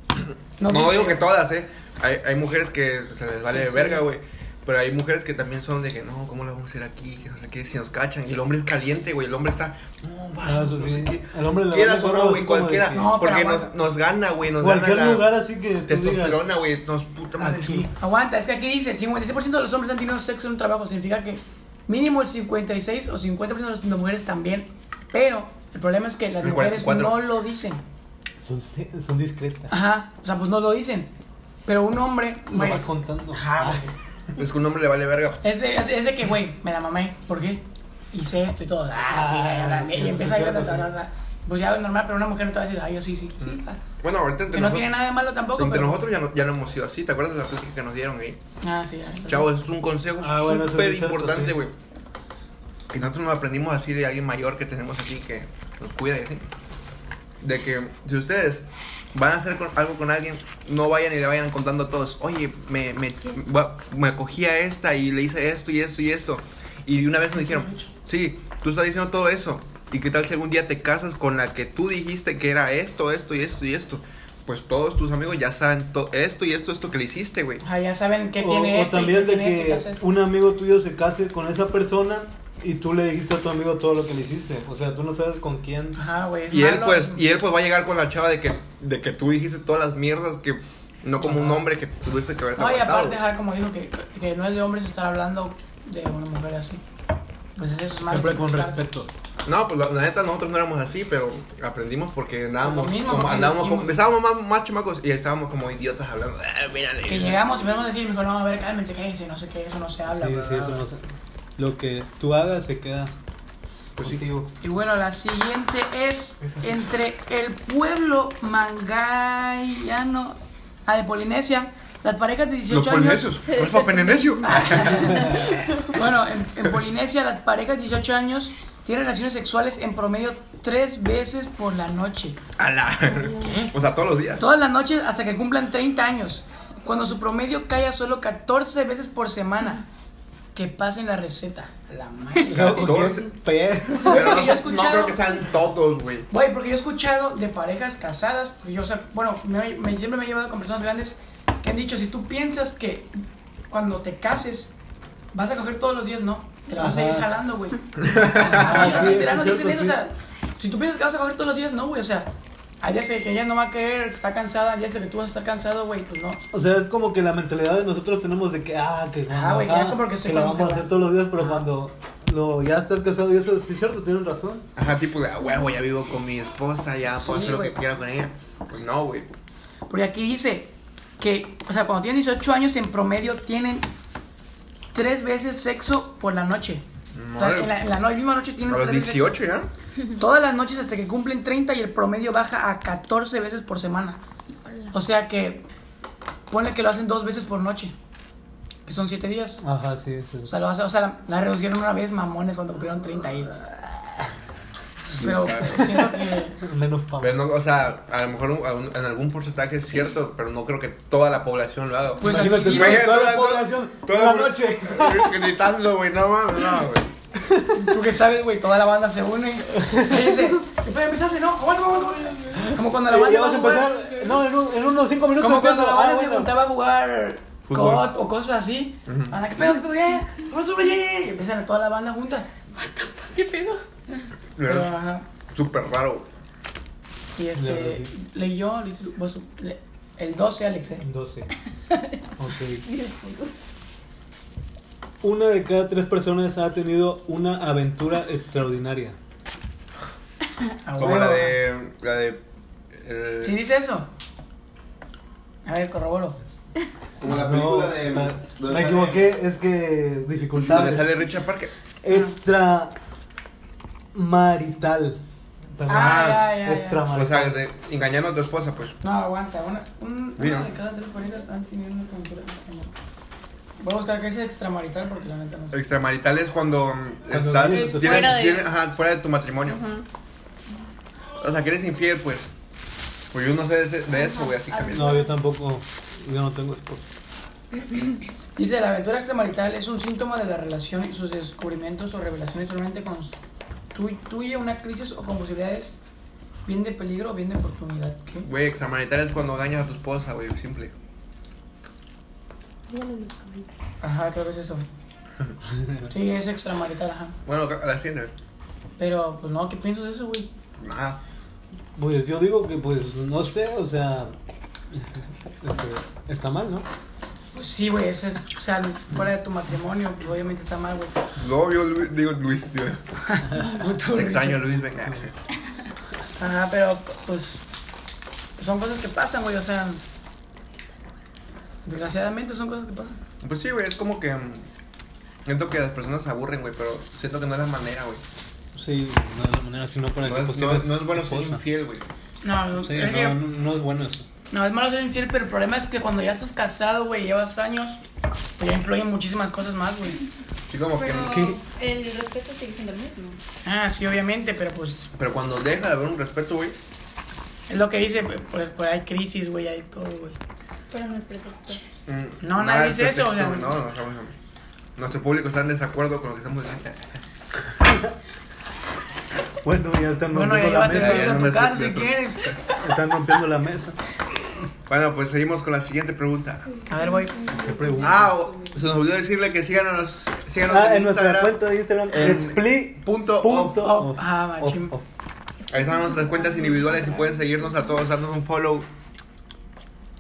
[SPEAKER 1] No
[SPEAKER 3] No,
[SPEAKER 1] dice.
[SPEAKER 3] digo que todas, ¿eh? Hay, hay mujeres que se les vale
[SPEAKER 1] Sí.
[SPEAKER 3] verga, güey. Pero hay mujeres que también son de que, no, ¿cómo la vamos a hacer aquí? Que no sé qué, si nos cachan. Y el hombre es caliente, güey. El hombre está, no,
[SPEAKER 2] Ah,
[SPEAKER 3] vamos,
[SPEAKER 2] eso
[SPEAKER 3] no
[SPEAKER 2] sí.
[SPEAKER 3] sé pues, qué.
[SPEAKER 2] El hombre le
[SPEAKER 3] Quieras
[SPEAKER 2] vale
[SPEAKER 3] o
[SPEAKER 2] gorro,
[SPEAKER 3] no, güey,
[SPEAKER 2] así como de
[SPEAKER 3] cualquiera.
[SPEAKER 2] que-
[SPEAKER 1] No, pero
[SPEAKER 3] porque nos,
[SPEAKER 1] aguanta.
[SPEAKER 3] nos gana, güey. Nos
[SPEAKER 2] Cualquier
[SPEAKER 3] gana la
[SPEAKER 2] lugar así que tú digas.
[SPEAKER 3] testosterona, güey. Nos puta madre.
[SPEAKER 2] Aquí.
[SPEAKER 1] Aguanta, es que aquí dice: el 56% de los hombres han tenido sexo en un trabajo. Significa que mínimo el 56 o 50% de las mujeres también. Pero el problema es que las
[SPEAKER 3] El
[SPEAKER 1] mujeres no
[SPEAKER 3] 44.
[SPEAKER 1] lo dicen.
[SPEAKER 2] Son, son discretas.
[SPEAKER 1] Ajá, o sea, pues no lo dicen. Pero un hombre,
[SPEAKER 2] No
[SPEAKER 1] güey,
[SPEAKER 2] vas contando.
[SPEAKER 1] Ajá,
[SPEAKER 2] Ah.
[SPEAKER 1] güey.
[SPEAKER 3] Es que un hombre le vale verga.
[SPEAKER 1] Es de, es, es de que, güey, me la mamé. ¿Por qué? Hice esto y todo. Ah, sí,
[SPEAKER 2] Ah,
[SPEAKER 1] ya, ya,
[SPEAKER 2] sí,
[SPEAKER 1] ya, y
[SPEAKER 2] sí,
[SPEAKER 1] empieza a
[SPEAKER 2] sí,
[SPEAKER 1] ir a
[SPEAKER 2] sí.
[SPEAKER 1] ta, ta, ta. Pues ya es normal, pero una mujer no te va a decir, ay, yo sí, sí.
[SPEAKER 3] Mm.
[SPEAKER 1] sí claro.
[SPEAKER 3] Bueno, ahorita entre
[SPEAKER 1] Que no
[SPEAKER 3] nosotros.
[SPEAKER 1] tiene nada de malo tampoco,
[SPEAKER 3] entre
[SPEAKER 1] pero.
[SPEAKER 3] nosotros ya no, ya no hemos sido así. ¿Te acuerdas de la plática que nos dieron ahí?
[SPEAKER 1] Ah, sí, ya.
[SPEAKER 3] Chavo, eso es un consejo
[SPEAKER 2] Ah, bueno, eso
[SPEAKER 3] súper
[SPEAKER 2] es cierto,
[SPEAKER 3] importante,
[SPEAKER 2] sí.
[SPEAKER 3] güey. Y nosotros nos aprendimos así de alguien mayor que tenemos aquí que nos cuida y así. De que si ustedes van a hacer con- algo con alguien, no vayan y le vayan contando a todos, oye, me, me, va- me cogí a esta y le hice esto y esto y esto. Y una vez nos dijeron, sí, tú estás diciendo todo eso. ¿Y qué tal si algún día te casas con la que tú dijiste que era esto, esto y esto y esto? Pues todos tus amigos ya saben to- esto y esto, esto que le hiciste, güey.
[SPEAKER 1] Ah, ya saben qué
[SPEAKER 2] O,
[SPEAKER 1] tiene
[SPEAKER 2] o
[SPEAKER 1] esto. y
[SPEAKER 2] también
[SPEAKER 1] qué
[SPEAKER 2] de
[SPEAKER 1] tiene este? esto y qué
[SPEAKER 2] que
[SPEAKER 1] hace esto.
[SPEAKER 2] un amigo tuyo se case con esa persona y tú le dijiste a tu amigo todo lo que le hiciste. O sea, tú no sabes con quién.
[SPEAKER 1] Ajá, güey. es
[SPEAKER 3] Y él
[SPEAKER 1] malo.
[SPEAKER 3] pues, y él pues va a llegar con la chava de que, de que tú dijiste todas las mierdas que no como un hombre que tuviste que haberte
[SPEAKER 1] No, y
[SPEAKER 3] aguantado.
[SPEAKER 1] aparte, ajá, como dijo, que, que no es de hombres estar hablando de una mujer así. Pues eso es malo.
[SPEAKER 2] Siempre con
[SPEAKER 1] ¿sabes?
[SPEAKER 2] respeto.
[SPEAKER 3] No, pues la, la neta nosotros no éramos así, pero aprendimos porque andábamos,
[SPEAKER 1] Lo mismo,
[SPEAKER 3] como,
[SPEAKER 1] porque
[SPEAKER 3] andábamos
[SPEAKER 1] dijimos.
[SPEAKER 3] como- estábamos más, más chamacos y estábamos como idiotas hablando. "Ah, mírale".
[SPEAKER 1] Que llegamos y podemos decir, mejor no, a ver, cálmense, cállense, no sé qué, eso no se habla.
[SPEAKER 2] Sí,
[SPEAKER 1] bla,
[SPEAKER 2] sí,
[SPEAKER 1] bla,
[SPEAKER 2] eso
[SPEAKER 1] bla.
[SPEAKER 2] no sé. Lo que tú hagas se queda.
[SPEAKER 3] Pues sí.
[SPEAKER 2] Contigo.
[SPEAKER 1] Y bueno, la siguiente es entre el pueblo mangayano ah, de Polinesia, las parejas de 18
[SPEAKER 3] Los
[SPEAKER 1] años. Ah.
[SPEAKER 3] polinesios. Los papenenesio.
[SPEAKER 1] Bueno, en, en Polinesia las parejas de 18 años tienen relaciones sexuales en promedio tres veces por la noche.
[SPEAKER 3] A la. O sea, todos los días.
[SPEAKER 1] Todas las noches hasta que cumplan 30 años, cuando su promedio cae a solo 14 veces por semana. Que pasen la receta. La madre.
[SPEAKER 3] Catorce.
[SPEAKER 2] ¿Qué pedo?
[SPEAKER 3] Pero
[SPEAKER 1] Yo he
[SPEAKER 3] no, no
[SPEAKER 1] escuchado-
[SPEAKER 3] creo que sean todos, güey.
[SPEAKER 1] Güey, porque yo he escuchado de parejas casadas, porque yo, o sea, bueno, me- me- siempre me he llevado con personas grandes que han dicho, si tú piensas que cuando te cases vas a coger todos los días, no, te la vas a ir
[SPEAKER 2] Ajá.
[SPEAKER 1] jalando, güey.
[SPEAKER 2] Ah, Así es,
[SPEAKER 1] Así, literal, nos
[SPEAKER 2] es
[SPEAKER 1] dicen eso,
[SPEAKER 2] cierto,
[SPEAKER 1] o
[SPEAKER 2] sí.
[SPEAKER 1] sea, si tú piensas que vas a coger todos los días, no, güey, o sea, hay días que que ella no va a querer, está cansada, hay días que tú vas a estar cansado, güey, pues no.
[SPEAKER 2] O sea, es como que la mentalidad de nosotros tenemos de que, ah, que, no,
[SPEAKER 1] Ah, güey, ya como que estoy
[SPEAKER 2] lo
[SPEAKER 1] con
[SPEAKER 2] vamos
[SPEAKER 1] mujer,
[SPEAKER 2] a hacer
[SPEAKER 1] ¿no?
[SPEAKER 2] todos los días, pero cuando lo, ya estás casado y eso, sí es cierto, tienen razón.
[SPEAKER 3] Ajá, tipo de, ah, huevo, ya vivo con mi esposa, ya puedo
[SPEAKER 1] Sí,
[SPEAKER 3] hacer lo
[SPEAKER 1] güey.
[SPEAKER 3] que quiera con ella. Pues no, güey.
[SPEAKER 1] Porque aquí dice que, o sea, cuando tienen 18 años en promedio tienen tres veces sexo por la noche. O sea,
[SPEAKER 3] Madre.
[SPEAKER 1] en la, en la no- misma noche
[SPEAKER 3] A
[SPEAKER 1] tienen
[SPEAKER 3] los
[SPEAKER 1] tres veces-
[SPEAKER 3] 18 ya.
[SPEAKER 1] Todas las noches hasta que cumplen 30 y el promedio baja a 14 veces por semana. O sea que ponle que lo hacen dos veces por noche, que son 7 días.
[SPEAKER 2] Ajá, sí, sí.
[SPEAKER 1] O sea, lo hace- o sea, la, la redujeron una vez mamones cuando cumplieron 30 ahí.
[SPEAKER 3] Ah.
[SPEAKER 1] Pero
[SPEAKER 3] exacto.
[SPEAKER 1] siento que
[SPEAKER 2] Menos pavo.
[SPEAKER 3] Pero no, o sea, a lo mejor un- a un- en algún porcentaje es cierto, pero no creo que toda la población lo haga.
[SPEAKER 1] Pues
[SPEAKER 2] Imagínate,
[SPEAKER 1] aquí dice-
[SPEAKER 2] güey,
[SPEAKER 3] Imagínate,
[SPEAKER 2] toda la población, toda la noche.
[SPEAKER 3] Gritando, güey, no mames, no, güey.
[SPEAKER 1] tú que sabes, güey, toda la banda se une. Y dice, pero empezaste, no, aguanta, aguanta, aguanta". Como cuando la
[SPEAKER 2] Y
[SPEAKER 1] banda
[SPEAKER 2] ya
[SPEAKER 1] va
[SPEAKER 2] vas a
[SPEAKER 1] a jugar.
[SPEAKER 2] empezar, no, en, un- en unos 5 minutos
[SPEAKER 1] Como cuando
[SPEAKER 2] empiezo.
[SPEAKER 1] la
[SPEAKER 2] Ah,
[SPEAKER 1] banda se
[SPEAKER 2] bueno.
[SPEAKER 1] juntaba a jugar
[SPEAKER 3] Fútbol.
[SPEAKER 1] COD o cosas así. Anda, ¿qué pedo, qué pedo, ya, ya? Sube, sube, ya, ya, ya. Y empiezan toda la banda junta. ¿Qué pedo? Pero,
[SPEAKER 2] Ah.
[SPEAKER 3] Es
[SPEAKER 1] ajá.
[SPEAKER 3] Súper raro.
[SPEAKER 1] Y este,
[SPEAKER 2] Ya, sí.
[SPEAKER 1] leyó, le hizo- vos- le- el 12, Alex, eh.
[SPEAKER 2] 12. Ok. Una de cada tres personas ha tenido una aventura extraordinaria. Ah,
[SPEAKER 1] A
[SPEAKER 3] Como
[SPEAKER 1] Ah, huevo.
[SPEAKER 3] la de. La de. eh,
[SPEAKER 1] ¿Sí dice eso? A ver, corroboro.
[SPEAKER 3] como la
[SPEAKER 2] Ah, No,
[SPEAKER 3] película de.
[SPEAKER 2] me-
[SPEAKER 3] donde
[SPEAKER 2] Me
[SPEAKER 3] sale-
[SPEAKER 2] equivoqué, es que
[SPEAKER 3] Donde
[SPEAKER 2] dificultades.
[SPEAKER 3] sale Richard Parker.
[SPEAKER 2] Extra marital. Perdón.
[SPEAKER 1] Ah, ya, ya, ya.
[SPEAKER 2] Extramarital.
[SPEAKER 3] O sea, de engañando a tu esposa, pues.
[SPEAKER 1] No, aguanta. Una, un-
[SPEAKER 3] Mira.
[SPEAKER 1] una de cada tres parejas han tenido una aventura. Voy a buscar que es extramarital porque la neta no sé.
[SPEAKER 3] Extramarital es cuando mm,
[SPEAKER 2] Cuando
[SPEAKER 3] estás
[SPEAKER 2] vives
[SPEAKER 3] tienes-
[SPEAKER 2] tu-
[SPEAKER 4] Fuera de-
[SPEAKER 3] tienes- ajá, fuera de tu matrimonio. O sea, que eres infiel, pues. Pues yo no sé de, ese- de eso, güey, así que
[SPEAKER 2] No, yo tampoco. Yo no tengo esposo.
[SPEAKER 1] Dice, la aventura extramarital es un síntoma de la relación y sus descubrimientos o revelaciones solamente constituye una crisis o con posibilidades bien de peligro o bien de oportunidad. ¿Qué?
[SPEAKER 3] Güey, extramarital es cuando engañas a tu esposa, güey, simple.
[SPEAKER 1] Ajá, creo que es eso. Sí, es extramarital, ajá.
[SPEAKER 3] Bueno, a la cena.
[SPEAKER 1] Pero, pues no, ¿qué pienso de eso, güey?
[SPEAKER 3] Nada.
[SPEAKER 2] Pues yo digo que, pues, no sé, o sea. este, Está mal, ¿no?
[SPEAKER 1] Pues sí, güey, eso es, o sea, fuera de tu matrimonio, pues obviamente está mal, güey.
[SPEAKER 3] No, yo Lu- digo Luis, tío.
[SPEAKER 1] Puto,
[SPEAKER 3] Te
[SPEAKER 1] güey.
[SPEAKER 3] extraño, Luis, venga.
[SPEAKER 1] Ajá, pero, pues, son cosas que pasan, güey, o sea, desgraciadamente son cosas que pasan.
[SPEAKER 3] Pues sí, güey, es como que. mm, Siento que las personas se aburren, güey, pero siento que no es la manera, güey.
[SPEAKER 2] Sí, no de la manera, sino para
[SPEAKER 3] No
[SPEAKER 2] que
[SPEAKER 3] es, no,
[SPEAKER 2] postees
[SPEAKER 3] es- no es bueno ser
[SPEAKER 2] pues esposa.
[SPEAKER 3] infiel, güey.
[SPEAKER 1] No, no,
[SPEAKER 2] Sí,
[SPEAKER 1] es que-
[SPEAKER 2] no, no, no es bueno eso.
[SPEAKER 1] No, es malo ser infiel, pero el problema es que cuando ya estás casado, güey, llevas años, pues ya influyen muchísimas cosas más, güey.
[SPEAKER 3] Sí, como que.
[SPEAKER 4] Pero
[SPEAKER 2] ¿Qué?
[SPEAKER 4] el respeto sigue siendo el mismo.
[SPEAKER 1] Ah, sí, obviamente, pero pues
[SPEAKER 3] Pero cuando deja de haber un respeto, güey.
[SPEAKER 1] es lo que dice, pues, pues, pues, hay crisis, güey, hay todo, güey.
[SPEAKER 4] Pero no es pretexto.
[SPEAKER 3] mm,
[SPEAKER 1] No,
[SPEAKER 3] nada
[SPEAKER 1] nadie
[SPEAKER 3] es
[SPEAKER 1] dice eso,
[SPEAKER 3] pretexto,
[SPEAKER 1] o sea,
[SPEAKER 3] güey. No, no, no, no, no. Nuestro público está en desacuerdo con lo que estamos diciendo.
[SPEAKER 2] Bueno, ya están
[SPEAKER 1] Bueno, ya
[SPEAKER 2] rompiendo la
[SPEAKER 1] llévatelo a
[SPEAKER 2] mesa.
[SPEAKER 3] ya no me
[SPEAKER 1] tu casa
[SPEAKER 3] asustes,
[SPEAKER 1] si
[SPEAKER 3] güey.
[SPEAKER 1] quieres.
[SPEAKER 2] Están rompiendo la mesa.
[SPEAKER 3] Bueno, pues seguimos con la siguiente pregunta.
[SPEAKER 1] A ver, güey.
[SPEAKER 2] Qué pregunta.
[SPEAKER 3] Ah, o- se nos olvidó decirle que síganos, síganos
[SPEAKER 2] Ah, en nuestra cuenta de Instagram,
[SPEAKER 3] en
[SPEAKER 2] expli
[SPEAKER 3] punto
[SPEAKER 2] punto
[SPEAKER 1] off.
[SPEAKER 2] off.
[SPEAKER 1] Ah,
[SPEAKER 2] Off,
[SPEAKER 1] machín.
[SPEAKER 2] off.
[SPEAKER 3] Ahí están nuestras cuentas individuales y pueden seguirnos a todos, darnos un follow.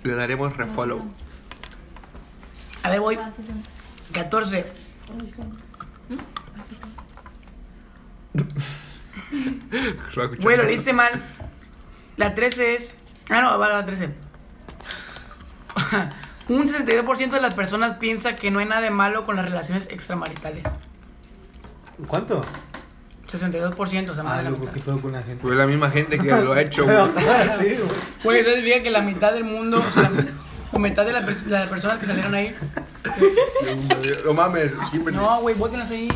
[SPEAKER 3] Le daremos refollow.
[SPEAKER 1] A ver, güey.
[SPEAKER 4] Ah, sí, sí.
[SPEAKER 1] 14.
[SPEAKER 3] Se va a escuchar.
[SPEAKER 1] Güey, lo leíste mal. La 13 es. Ah, no, va la 13. Un 62% de las personas piensa que no hay nada de malo con las relaciones extramaritales.
[SPEAKER 2] ¿Cuánto?
[SPEAKER 1] 62%, o sea, más
[SPEAKER 2] Ah,
[SPEAKER 1] de la
[SPEAKER 2] loco,
[SPEAKER 1] mitad.
[SPEAKER 2] ¿qué pedo con la gente? Ah,
[SPEAKER 3] Pues la misma gente que lo ha hecho, güey.
[SPEAKER 2] Sí, güey.
[SPEAKER 1] Güey, eso significa que la mitad del mundo, o sea, la, la mitad de la per- las personas que salieron ahí.
[SPEAKER 3] No mames, Kimberly.
[SPEAKER 1] No, güey, bótenlas ahí.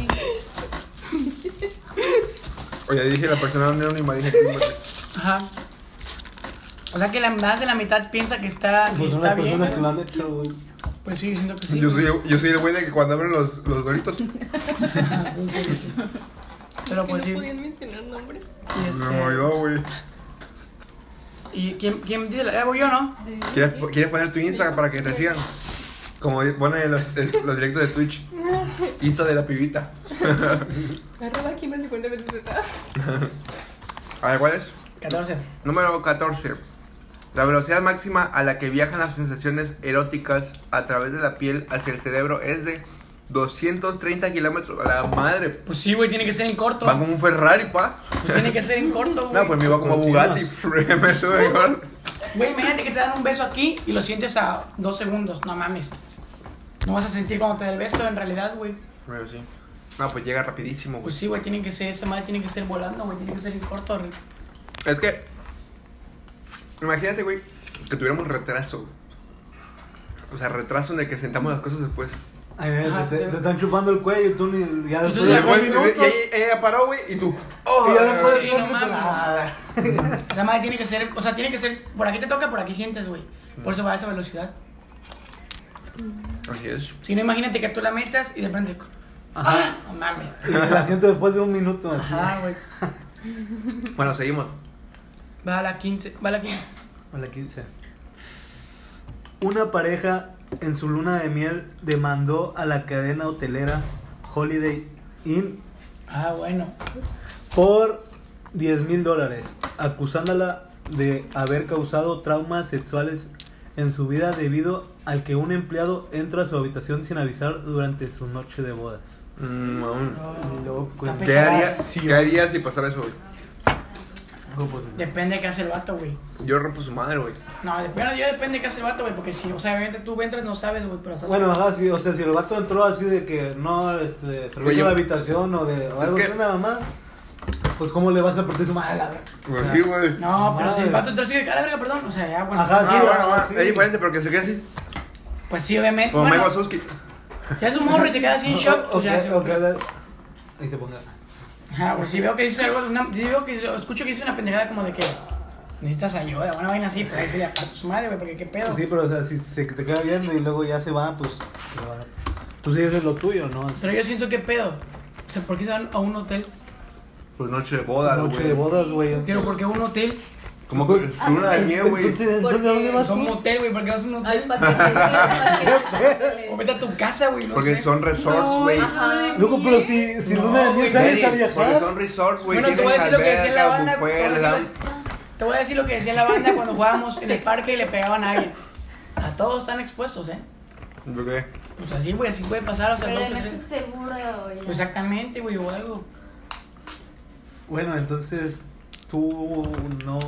[SPEAKER 3] Oye, dije la persona anónima, dije Kimberly.
[SPEAKER 1] Ajá. O sea que la, más de la mitad piensa que está, que
[SPEAKER 2] Pues son
[SPEAKER 1] está
[SPEAKER 2] las
[SPEAKER 1] bien.
[SPEAKER 2] personas que lo
[SPEAKER 1] güey.
[SPEAKER 2] han hecho, güey.
[SPEAKER 1] Pues sí, siento que sí.
[SPEAKER 3] Yo
[SPEAKER 1] güey.
[SPEAKER 3] soy, yo soy el güey de que cuando abren los, los doritos.
[SPEAKER 1] Pero
[SPEAKER 4] Que
[SPEAKER 1] pues
[SPEAKER 4] no
[SPEAKER 1] sí.
[SPEAKER 4] podían mencionar nombres.
[SPEAKER 1] Y,
[SPEAKER 3] Me
[SPEAKER 1] este,
[SPEAKER 3] murió, güey.
[SPEAKER 1] ¿Y quién, quién dice? la- eh, voy yo, ¿no?
[SPEAKER 4] De-
[SPEAKER 3] ¿Quieres, po- quieres poner tu Insta para que te sigan? Como ponen los, eh, los directos de Twitch. Insta de la pibita.
[SPEAKER 4] Arroba Kimberly cuenta veces está.
[SPEAKER 3] A ver, ¿cuál es?
[SPEAKER 1] 14.
[SPEAKER 3] Número 14. La velocidad máxima a la que viajan las sensaciones eróticas a través de la piel hacia el cerebro es de 230 kilómetros. A la madre.
[SPEAKER 1] Pues sí, güey, tiene que ser en corto.
[SPEAKER 3] Va como un Ferrari, pa.
[SPEAKER 1] Pues tiene que ser en corto, güey.
[SPEAKER 3] No, pues me iba como Bugatti. Me sube mejor.
[SPEAKER 1] Güey, imagínate que te dan un beso aquí y lo sientes a dos segundos. No mames. No vas a sentir cuando te da el beso, en realidad, güey.
[SPEAKER 3] Pero sí. No, pues llega rapidísimo, güey.
[SPEAKER 1] Pues sí, güey, tiene que ser, esa madre tiene que ser volando, güey, tiene que ser en corto. güey.
[SPEAKER 3] Es que. Imagínate, güey, que tuviéramos retraso, güey. O sea, retraso en el que sentamos las cosas después.
[SPEAKER 2] Ay, mira,
[SPEAKER 1] Ajá,
[SPEAKER 2] te,
[SPEAKER 1] sí.
[SPEAKER 2] te están chupando el cuello y tú ni. Ya
[SPEAKER 1] Y tú
[SPEAKER 2] después
[SPEAKER 1] te
[SPEAKER 2] de
[SPEAKER 1] das cuenta,
[SPEAKER 2] cinco
[SPEAKER 3] Después,
[SPEAKER 2] minutos.
[SPEAKER 3] y ahí- ella paró, güey, y tú. ¡Oh!
[SPEAKER 2] Y ya después de
[SPEAKER 1] Sí,
[SPEAKER 2] cinco
[SPEAKER 1] no
[SPEAKER 2] minutos,
[SPEAKER 1] mames.
[SPEAKER 2] ah,
[SPEAKER 1] Esa madre tiene que ser, o sea, tiene que ser, por aquí te toca, por aquí sientes, güey. Por eso va a esa velocidad.
[SPEAKER 3] Así es.
[SPEAKER 1] Si no, imagínate que tú la metas y de repente. ¡Ah!
[SPEAKER 2] Ajá.
[SPEAKER 1] No mames.
[SPEAKER 2] Y la siento después de un minuto así.
[SPEAKER 1] Ajá, güey.
[SPEAKER 3] Bueno, seguimos.
[SPEAKER 1] Va a la 15, va a la 15.
[SPEAKER 2] A la 15. Una pareja en su luna de miel demandó a la cadena hotelera Holiday Inn
[SPEAKER 1] Ah, bueno.
[SPEAKER 2] por 10 mil dólares, acusándola de haber causado traumas sexuales en su vida debido al que un empleado entra a su habitación sin avisar durante su noche de bodas.
[SPEAKER 3] Mm, aún.
[SPEAKER 1] No.
[SPEAKER 2] Loco,
[SPEAKER 1] Está
[SPEAKER 3] ¿Qué
[SPEAKER 1] pesado.
[SPEAKER 3] harías, ¿Qué harías si pasara eso, güey?
[SPEAKER 2] No, pues,
[SPEAKER 1] Depende de qué hace el vato, güey.
[SPEAKER 3] Yo rompo su madre, güey.
[SPEAKER 1] No, dep- bueno, yo depende de qué hace el vato, güey, porque si, o sea, obviamente tú entras no sabes, güey, pero estás...
[SPEAKER 2] Bueno, ajá, sí, o sea, si el vato entró así de que no, este, cerró
[SPEAKER 3] Güey, yo-
[SPEAKER 2] la habitación o de o
[SPEAKER 3] Es
[SPEAKER 2] algo
[SPEAKER 3] que-
[SPEAKER 2] así, nada más, pues cómo le vas a partir su madre a la verga? O sea,
[SPEAKER 3] Pues Sí, güey.
[SPEAKER 1] No, pero si el
[SPEAKER 2] Madre.
[SPEAKER 1] vato entró así de cara, verga, perdón, o sea, ya, bueno.
[SPEAKER 2] Ajá.
[SPEAKER 3] Ah,
[SPEAKER 2] sí,
[SPEAKER 3] bueno,
[SPEAKER 2] ah,
[SPEAKER 3] bueno,
[SPEAKER 2] sí.
[SPEAKER 3] Es diferente, pero que se quede así.
[SPEAKER 1] Pues sí, obviamente,
[SPEAKER 3] Como
[SPEAKER 1] bueno,
[SPEAKER 3] Mike Wazowski.
[SPEAKER 1] si es un morro y se queda así en
[SPEAKER 2] o-
[SPEAKER 1] shock,
[SPEAKER 2] o-
[SPEAKER 1] pues ya
[SPEAKER 2] o
[SPEAKER 1] se-
[SPEAKER 2] que- o que haga- Y se ponga.
[SPEAKER 1] Ajá, pues si veo que dice algo, una- si veo que dice- o escucho que dice una pendejada como de que necesitas ayuda, una vaina así, pues ahí se le aparta su madre, güey, porque qué pedo.
[SPEAKER 2] Pues Sí, pero o sea, si se te queda viendo y luego ya se va, pues. se va. Tú sigues lo tuyo, ¿no?
[SPEAKER 1] Pero yo siento que pedo. O sea, ¿por qué se van a un hotel?
[SPEAKER 3] Pues noche de boda, güey.
[SPEAKER 2] Noche de bodas, güey.
[SPEAKER 1] Pero porque un hotel,
[SPEAKER 3] Como que luna de miel, güey.
[SPEAKER 2] Entonces, entonces, ¿a dónde vas
[SPEAKER 1] pues a un
[SPEAKER 2] tú?
[SPEAKER 1] motel, güey, porque vas a un
[SPEAKER 5] Ay,
[SPEAKER 1] hotel.
[SPEAKER 5] paquetes.
[SPEAKER 1] O vete a tu casa, güey, no
[SPEAKER 3] Porque
[SPEAKER 1] sé.
[SPEAKER 3] son resorts, güey.
[SPEAKER 5] Ajá.
[SPEAKER 2] Loco, pero si, si
[SPEAKER 1] No,
[SPEAKER 2] luna de
[SPEAKER 1] güey,
[SPEAKER 2] miel sales a
[SPEAKER 3] Ey, Porque
[SPEAKER 2] viajar.
[SPEAKER 3] son resorts, güey.
[SPEAKER 1] Bueno, te voy a decir
[SPEAKER 3] tienen
[SPEAKER 1] lo que decía la banda.
[SPEAKER 3] alberca, buffet,
[SPEAKER 1] te voy a
[SPEAKER 3] les
[SPEAKER 1] decir
[SPEAKER 3] dan-
[SPEAKER 1] lo- Te voy a decir lo que decía la banda cuando jugábamos en el parque y le pegaban a alguien. A todos están expuestos, ¿eh?
[SPEAKER 3] ¿Por qué?
[SPEAKER 1] Pues así, güey, así puede pasar. O sea,
[SPEAKER 5] Pero
[SPEAKER 1] dos,
[SPEAKER 5] le
[SPEAKER 1] tres.
[SPEAKER 5] metes seguro.
[SPEAKER 1] Pues Exactamente, güey, o algo.
[SPEAKER 2] Bueno, entonces tú no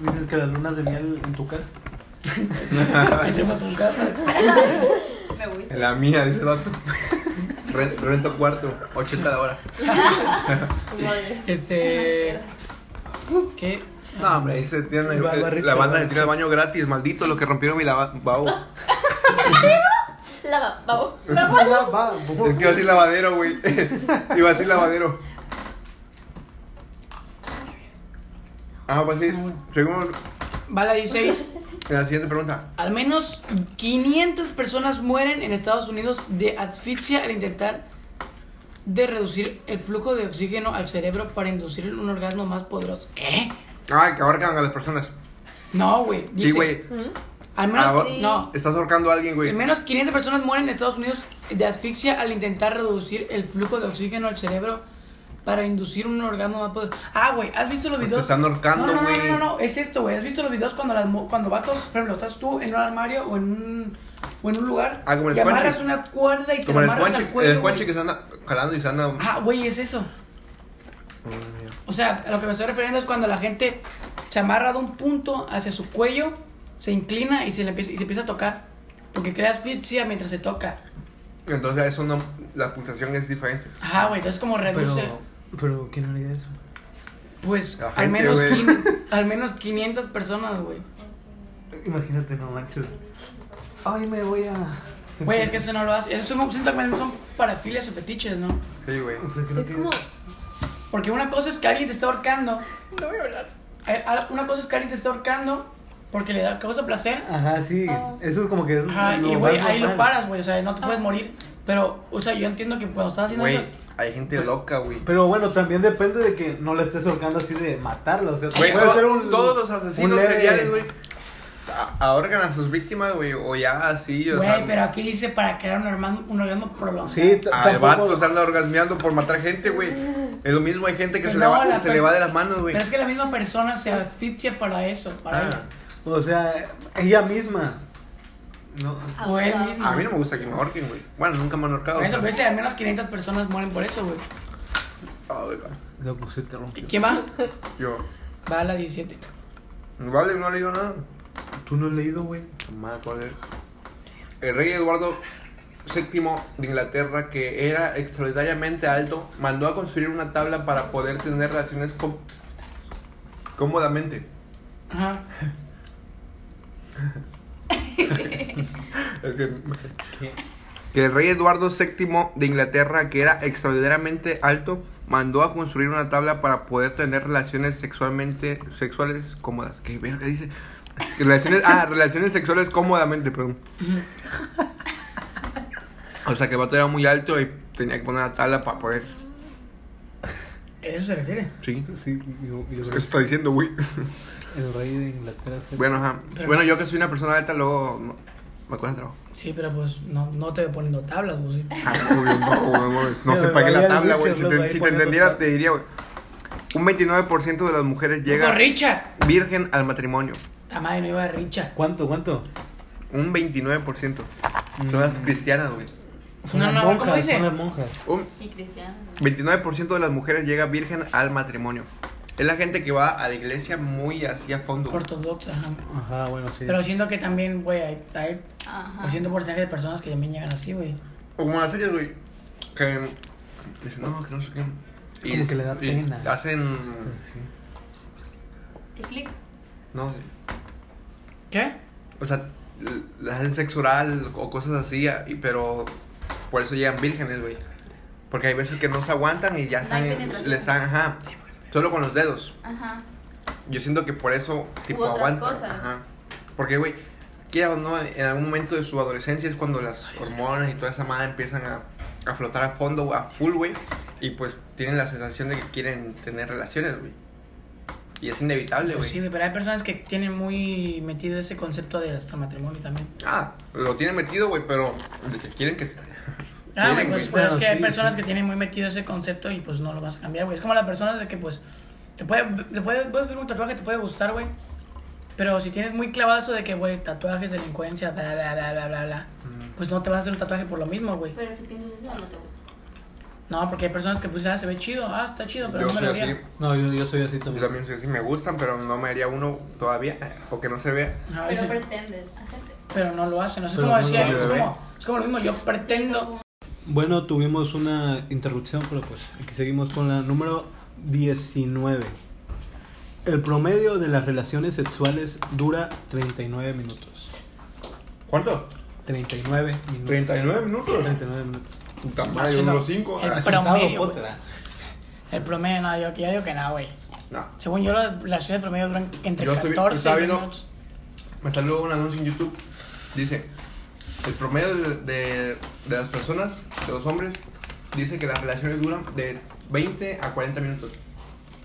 [SPEAKER 2] dices que las lunas de miel en tu casa.
[SPEAKER 1] Vete para tu casa.
[SPEAKER 5] Me voy.
[SPEAKER 3] En la mía, dice el vato. Ren- Rento cuarto, 80 de hora.
[SPEAKER 1] Este. ¿Qué?
[SPEAKER 3] No, hombre, ahí se tiran
[SPEAKER 2] Va- va
[SPEAKER 3] eh,
[SPEAKER 2] Richo,
[SPEAKER 3] la banda
[SPEAKER 2] va
[SPEAKER 3] se tira al baño gratis, maldito, los que rompieron mi lavabo.
[SPEAKER 5] Lava, vamos.
[SPEAKER 2] Va, Pues, va,
[SPEAKER 3] Es que iba a decir lavadero, güey. Iba a decir lavadero. Ah, pues sí. Seguimos
[SPEAKER 1] Va la 16.
[SPEAKER 3] en la siguiente pregunta.
[SPEAKER 1] Al menos 500 personas mueren en Estados Unidos de asfixia al intentar de reducir el flujo de oxígeno al cerebro para inducir un orgasmo más poderoso. ¿Qué?
[SPEAKER 3] Ah, que ahorcan a las personas.
[SPEAKER 1] No, güey.
[SPEAKER 3] Sí,
[SPEAKER 1] dice-
[SPEAKER 3] güey.
[SPEAKER 5] Mm.
[SPEAKER 1] Al menos,
[SPEAKER 3] Ah,
[SPEAKER 5] sí.
[SPEAKER 1] no,
[SPEAKER 3] Estás ahorcando a alguien, güey.
[SPEAKER 1] al menos 500 personas mueren en Estados Unidos de asfixia al intentar reducir el flujo de oxígeno al cerebro para inducir un orgasmo más poderoso. Ah, güey, ¿has visto los
[SPEAKER 3] Pues te
[SPEAKER 1] videos?
[SPEAKER 3] están ahorcando,
[SPEAKER 1] No, no, no,
[SPEAKER 3] güey.
[SPEAKER 1] no, no, no, es esto, güey. ¿Has visto los videos cuando, las, mu- cuando vatos, por ejemplo, estás tú en un armario o en un, o en un lugar
[SPEAKER 3] Ah, como el
[SPEAKER 1] y
[SPEAKER 3] squanche.
[SPEAKER 1] amarras una cuerda y te
[SPEAKER 3] Como
[SPEAKER 1] lo
[SPEAKER 3] el
[SPEAKER 1] amarras
[SPEAKER 3] squanche,
[SPEAKER 1] al
[SPEAKER 3] el
[SPEAKER 1] cuello,
[SPEAKER 3] squanche que
[SPEAKER 1] güey.
[SPEAKER 3] se anda jalando y se anda.
[SPEAKER 1] Ah, güey, es eso. O sea, a lo que me estoy refiriendo es cuando la gente se amarra de un punto hacia su cuello, se inclina y se, le empieza, y se empieza a tocar. Porque crea asfixia mientras se toca.
[SPEAKER 3] Entonces, eso no. La pulsación es diferente.
[SPEAKER 1] Ajá, güey, entonces como reduce.
[SPEAKER 2] Pero, Pero, ¿quién haría eso?
[SPEAKER 1] Pues
[SPEAKER 3] La
[SPEAKER 1] al,
[SPEAKER 3] gente,
[SPEAKER 1] menos
[SPEAKER 3] güey.
[SPEAKER 1] quin- al menos 500 personas, güey.
[SPEAKER 2] Imagínate, no manches. Ay, me voy a.
[SPEAKER 1] Güey, es que eso no lo hace. Eso son, siento que son parafilias o fetiches, ¿no?
[SPEAKER 3] Sí, güey.
[SPEAKER 2] O sea, que no
[SPEAKER 4] Es como.
[SPEAKER 2] tienes-
[SPEAKER 1] Porque una cosa es que alguien te está ahorcando.
[SPEAKER 4] No voy a hablar.
[SPEAKER 1] eh, ah, Una cosa es que alguien te está ahorcando porque le da causa placer.
[SPEAKER 2] Ajá, sí.
[SPEAKER 4] Ah.
[SPEAKER 2] Eso es como que es.
[SPEAKER 1] Ajá,
[SPEAKER 2] lo
[SPEAKER 1] y güey,
[SPEAKER 2] más
[SPEAKER 1] ahí lo
[SPEAKER 2] normal.
[SPEAKER 1] paras, güey. O sea, no te puedes morir. Pero, o sea, yo entiendo que cuando estás haciendo
[SPEAKER 3] Güey,
[SPEAKER 1] eso.
[SPEAKER 3] hay gente loca, güey.
[SPEAKER 2] Pero bueno, también depende de que no la estés ahorcando así de matarla. O sea,
[SPEAKER 3] Güey,
[SPEAKER 2] puede
[SPEAKER 3] to-
[SPEAKER 2] ser un.
[SPEAKER 3] todos los asesinos
[SPEAKER 2] un leve-
[SPEAKER 3] seriales, güey, a- ahorcan a sus víctimas, güey, o ya así, o sea,
[SPEAKER 1] Güey, pero aquí dice para crear un orgasmo, un orgasmo prolongado.
[SPEAKER 2] Sí, t-
[SPEAKER 3] al Ah, vato
[SPEAKER 2] tampoco.
[SPEAKER 3] se anda orgasmeando por matar gente, güey. Es lo mismo, hay gente que
[SPEAKER 1] Que
[SPEAKER 3] se,
[SPEAKER 1] Pues no,
[SPEAKER 3] le, va,
[SPEAKER 1] la
[SPEAKER 3] se le va
[SPEAKER 1] pers-
[SPEAKER 3] de las manos, güey.
[SPEAKER 1] Pero es que la misma persona se asfixia para eso, para
[SPEAKER 3] Ah,
[SPEAKER 1] ella.
[SPEAKER 2] O sea, ella misma. No.
[SPEAKER 1] O él mismo.
[SPEAKER 3] a mí no me gusta que me ahorquen, güey. Bueno, nunca me han ahorcado.
[SPEAKER 1] Por eso,
[SPEAKER 3] o
[SPEAKER 1] pues,
[SPEAKER 3] sea.
[SPEAKER 1] al menos 500 personas mueren por eso, güey.
[SPEAKER 3] Ah, güey, güey.
[SPEAKER 2] Loco, se te rompió.
[SPEAKER 1] ¿Quién va?
[SPEAKER 3] Yo,
[SPEAKER 1] Va a la 17.
[SPEAKER 3] vale, no le digo nada.
[SPEAKER 2] Tú no has leído, güey.
[SPEAKER 3] Madre, ¿cuál era? El rey Eduardo VII de Inglaterra, que era extraordinariamente alto, mandó a construir una tabla para poder tener relaciones com- cómodamente.
[SPEAKER 1] Ajá.
[SPEAKER 3] Es que- Que el rey Eduardo VII de Inglaterra, que era extraordinariamente alto, mandó a construir una tabla para poder tener relaciones sexualmente sexuales cómodas. ¿Qué verga dice? Relaciones, ah, relaciones sexuales cómodamente, perdón. O sea que el vato era muy alto y tenía que poner una tabla para poder.
[SPEAKER 1] Eso se refiere.
[SPEAKER 3] Sí.
[SPEAKER 2] Sí, yo, yo creo
[SPEAKER 3] Es que Pues, está diciendo, güey.
[SPEAKER 2] que el rey de Inglaterra. se-
[SPEAKER 3] Bueno, ajá.
[SPEAKER 1] Pero-
[SPEAKER 3] Bueno, yo que soy una persona alta, luego no, me cuesta trabajo.
[SPEAKER 1] Sí, pero pues no, no te voy poniendo tablas, güey. sí.
[SPEAKER 3] Ah, obvio, no, güey, no, mames. no
[SPEAKER 2] Ya
[SPEAKER 3] se
[SPEAKER 2] me
[SPEAKER 3] pague
[SPEAKER 2] valía
[SPEAKER 3] la tabla,
[SPEAKER 2] el
[SPEAKER 3] güey.
[SPEAKER 2] bicho,
[SPEAKER 3] Si
[SPEAKER 2] los
[SPEAKER 3] te,
[SPEAKER 2] ahí
[SPEAKER 3] si te
[SPEAKER 2] poniendo
[SPEAKER 3] entendiera,
[SPEAKER 2] tabla.
[SPEAKER 3] te diría, güey. Un 29% de las mujeres
[SPEAKER 1] Con
[SPEAKER 3] llega
[SPEAKER 1] Richard.
[SPEAKER 3] virgen al matrimonio.
[SPEAKER 1] La madre no iba a Richard.
[SPEAKER 2] ¿Cuánto, cuánto?
[SPEAKER 3] Un 29%.
[SPEAKER 2] Mm.
[SPEAKER 3] Son las cristianas, güey.
[SPEAKER 2] Son
[SPEAKER 1] No,
[SPEAKER 2] las
[SPEAKER 1] no, ¿cómo
[SPEAKER 2] monjas,
[SPEAKER 1] dice?
[SPEAKER 2] son las monjas.
[SPEAKER 3] Un
[SPEAKER 5] Y Cristiano.
[SPEAKER 3] 29% de las mujeres llega virgen al matrimonio. Es la gente que va a la iglesia muy así a fondo. güey.
[SPEAKER 1] Ortodoxa, ajá.
[SPEAKER 2] Ajá, bueno, sí.
[SPEAKER 1] Pero siento que también, güey, hay, hay
[SPEAKER 4] Ah.
[SPEAKER 5] Ajá.
[SPEAKER 1] un ciento porcentaje de personas que también llegan así, güey.
[SPEAKER 3] O como las series, güey. Que dicen, no, que no sé qué.
[SPEAKER 2] Como que le da
[SPEAKER 3] y
[SPEAKER 2] pena.
[SPEAKER 3] Hacen.
[SPEAKER 2] Sí.
[SPEAKER 5] ¿Y click?
[SPEAKER 3] No,
[SPEAKER 1] ¿Qué?
[SPEAKER 3] O sea, l- las hacen sexo oral o cosas así, a- y- pero por eso llegan vírgenes, güey. Porque hay veces que no se aguantan y ya
[SPEAKER 5] No hay
[SPEAKER 3] están,
[SPEAKER 5] penetración.
[SPEAKER 3] les dan, ajá, solo con los dedos.
[SPEAKER 5] Ajá.
[SPEAKER 3] Yo siento que por eso, tipo,
[SPEAKER 5] U otras
[SPEAKER 3] aguantan.
[SPEAKER 5] cosas.
[SPEAKER 3] Ajá. Porque, güey, quiera o no, en algún momento de su adolescencia es cuando las hormonas y toda esa madre empiezan a, a flotar a fondo, güey, a full, güey. Y pues tienen la sensación de que quieren tener relaciones, güey. Y es inevitable,
[SPEAKER 1] Pues
[SPEAKER 3] güey.
[SPEAKER 1] sí, güey, pero hay personas que tienen muy metido ese concepto del hasta matrimonio también.
[SPEAKER 3] Ah, lo tienen metido, güey, pero de que quieren que...
[SPEAKER 1] Ah, güey,
[SPEAKER 3] Quieren,
[SPEAKER 1] pues,
[SPEAKER 3] güey.
[SPEAKER 1] pero es
[SPEAKER 2] Bueno,
[SPEAKER 1] que hay
[SPEAKER 2] sí,
[SPEAKER 1] personas
[SPEAKER 2] sí.
[SPEAKER 1] que tienen muy metido ese concepto y pues no lo vas a cambiar, güey. Es como las personas de que pues te puede, te puede, puedes ver un tatuaje que te puede gustar, güey. Pero si tienes muy clavado eso de que, güey, tatuajes, delincuencia, bla, bla, bla, bla, bla, bla, pues no te vas a hacer un tatuaje por lo mismo, güey.
[SPEAKER 5] Pero si piensas eso, no te gusta.
[SPEAKER 1] No, porque hay personas que pues, ah, se ve chido, ah, está chido, pero
[SPEAKER 3] Yo
[SPEAKER 1] no me
[SPEAKER 3] soy
[SPEAKER 1] lo
[SPEAKER 3] así.
[SPEAKER 1] haría.
[SPEAKER 2] No, yo, yo soy así
[SPEAKER 3] Yo
[SPEAKER 2] también.
[SPEAKER 3] también soy así. Me gustan, pero no me haría uno todavía. eh, O que no se vea.
[SPEAKER 1] Ajá,
[SPEAKER 5] Pero
[SPEAKER 1] ese- pero,
[SPEAKER 5] pretendes hacerte.
[SPEAKER 1] no lo hacen, no sé
[SPEAKER 2] Pero
[SPEAKER 1] cómo
[SPEAKER 2] no lo ¿eh?
[SPEAKER 1] decía, es
[SPEAKER 3] hago, güey.
[SPEAKER 1] como, es como lo mismo, yo pretendo...
[SPEAKER 2] Bueno, tuvimos una interrupción, pero pues aquí seguimos con la número 19. El promedio de las relaciones sexuales dura 39 minutos.
[SPEAKER 3] ¿Cuánto?
[SPEAKER 2] 39 minutos.
[SPEAKER 3] 39 minutos.
[SPEAKER 2] 39 minutos.
[SPEAKER 3] Puta
[SPEAKER 1] Sí,
[SPEAKER 3] madre,
[SPEAKER 1] no.
[SPEAKER 3] unos Ah, 5.
[SPEAKER 1] El
[SPEAKER 2] Asustado,
[SPEAKER 1] promedio, güey.
[SPEAKER 2] potra.
[SPEAKER 1] El promedio, no, yo, aquí ya digo que nada, güey.
[SPEAKER 3] No.
[SPEAKER 1] Según yo, las relaciones promedio duran entre
[SPEAKER 3] Yo estoy-
[SPEAKER 1] 14
[SPEAKER 3] estaba
[SPEAKER 1] y
[SPEAKER 3] viendo-
[SPEAKER 1] minutos.
[SPEAKER 3] Me salió un anuncio en YouTube. Dice: El promedio de, de- de las personas, de los hombres, dice que las relaciones duran de 20 a 40 minutos.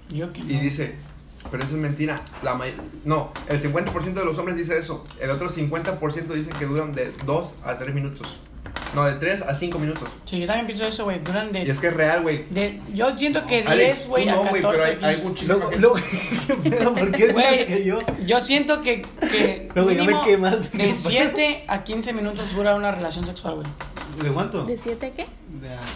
[SPEAKER 1] Yo que
[SPEAKER 3] Y
[SPEAKER 1] no.
[SPEAKER 3] dice: Pero eso es mentira. La may- no, el 50% de los hombres dice eso. El otro 50% dice que duran de 2 a 3 minutos. No, de 3 a 5 minutos.
[SPEAKER 1] Sí, yo también pienso eso, güey. Duran de,
[SPEAKER 3] Y es que es real, güey.
[SPEAKER 1] de- Yo siento que
[SPEAKER 3] Alex,
[SPEAKER 1] 10, güey,
[SPEAKER 3] tú
[SPEAKER 1] a
[SPEAKER 3] no, güey, pero
[SPEAKER 1] 14.
[SPEAKER 3] hay, hay
[SPEAKER 1] pienso.
[SPEAKER 3] muchísima
[SPEAKER 2] Luego, luego,
[SPEAKER 3] gente.
[SPEAKER 2] ¿qué pedo? ¿Por qué dices
[SPEAKER 1] Güey,
[SPEAKER 2] que yo?
[SPEAKER 1] yo siento que, que
[SPEAKER 2] Luego ya me
[SPEAKER 1] mínimo
[SPEAKER 2] quemaste,
[SPEAKER 1] de
[SPEAKER 2] güey.
[SPEAKER 1] 7 a 15 minutos dura una relación sexual, güey.
[SPEAKER 2] ¿De cuánto?
[SPEAKER 4] ¿De
[SPEAKER 2] De
[SPEAKER 4] 7 qué?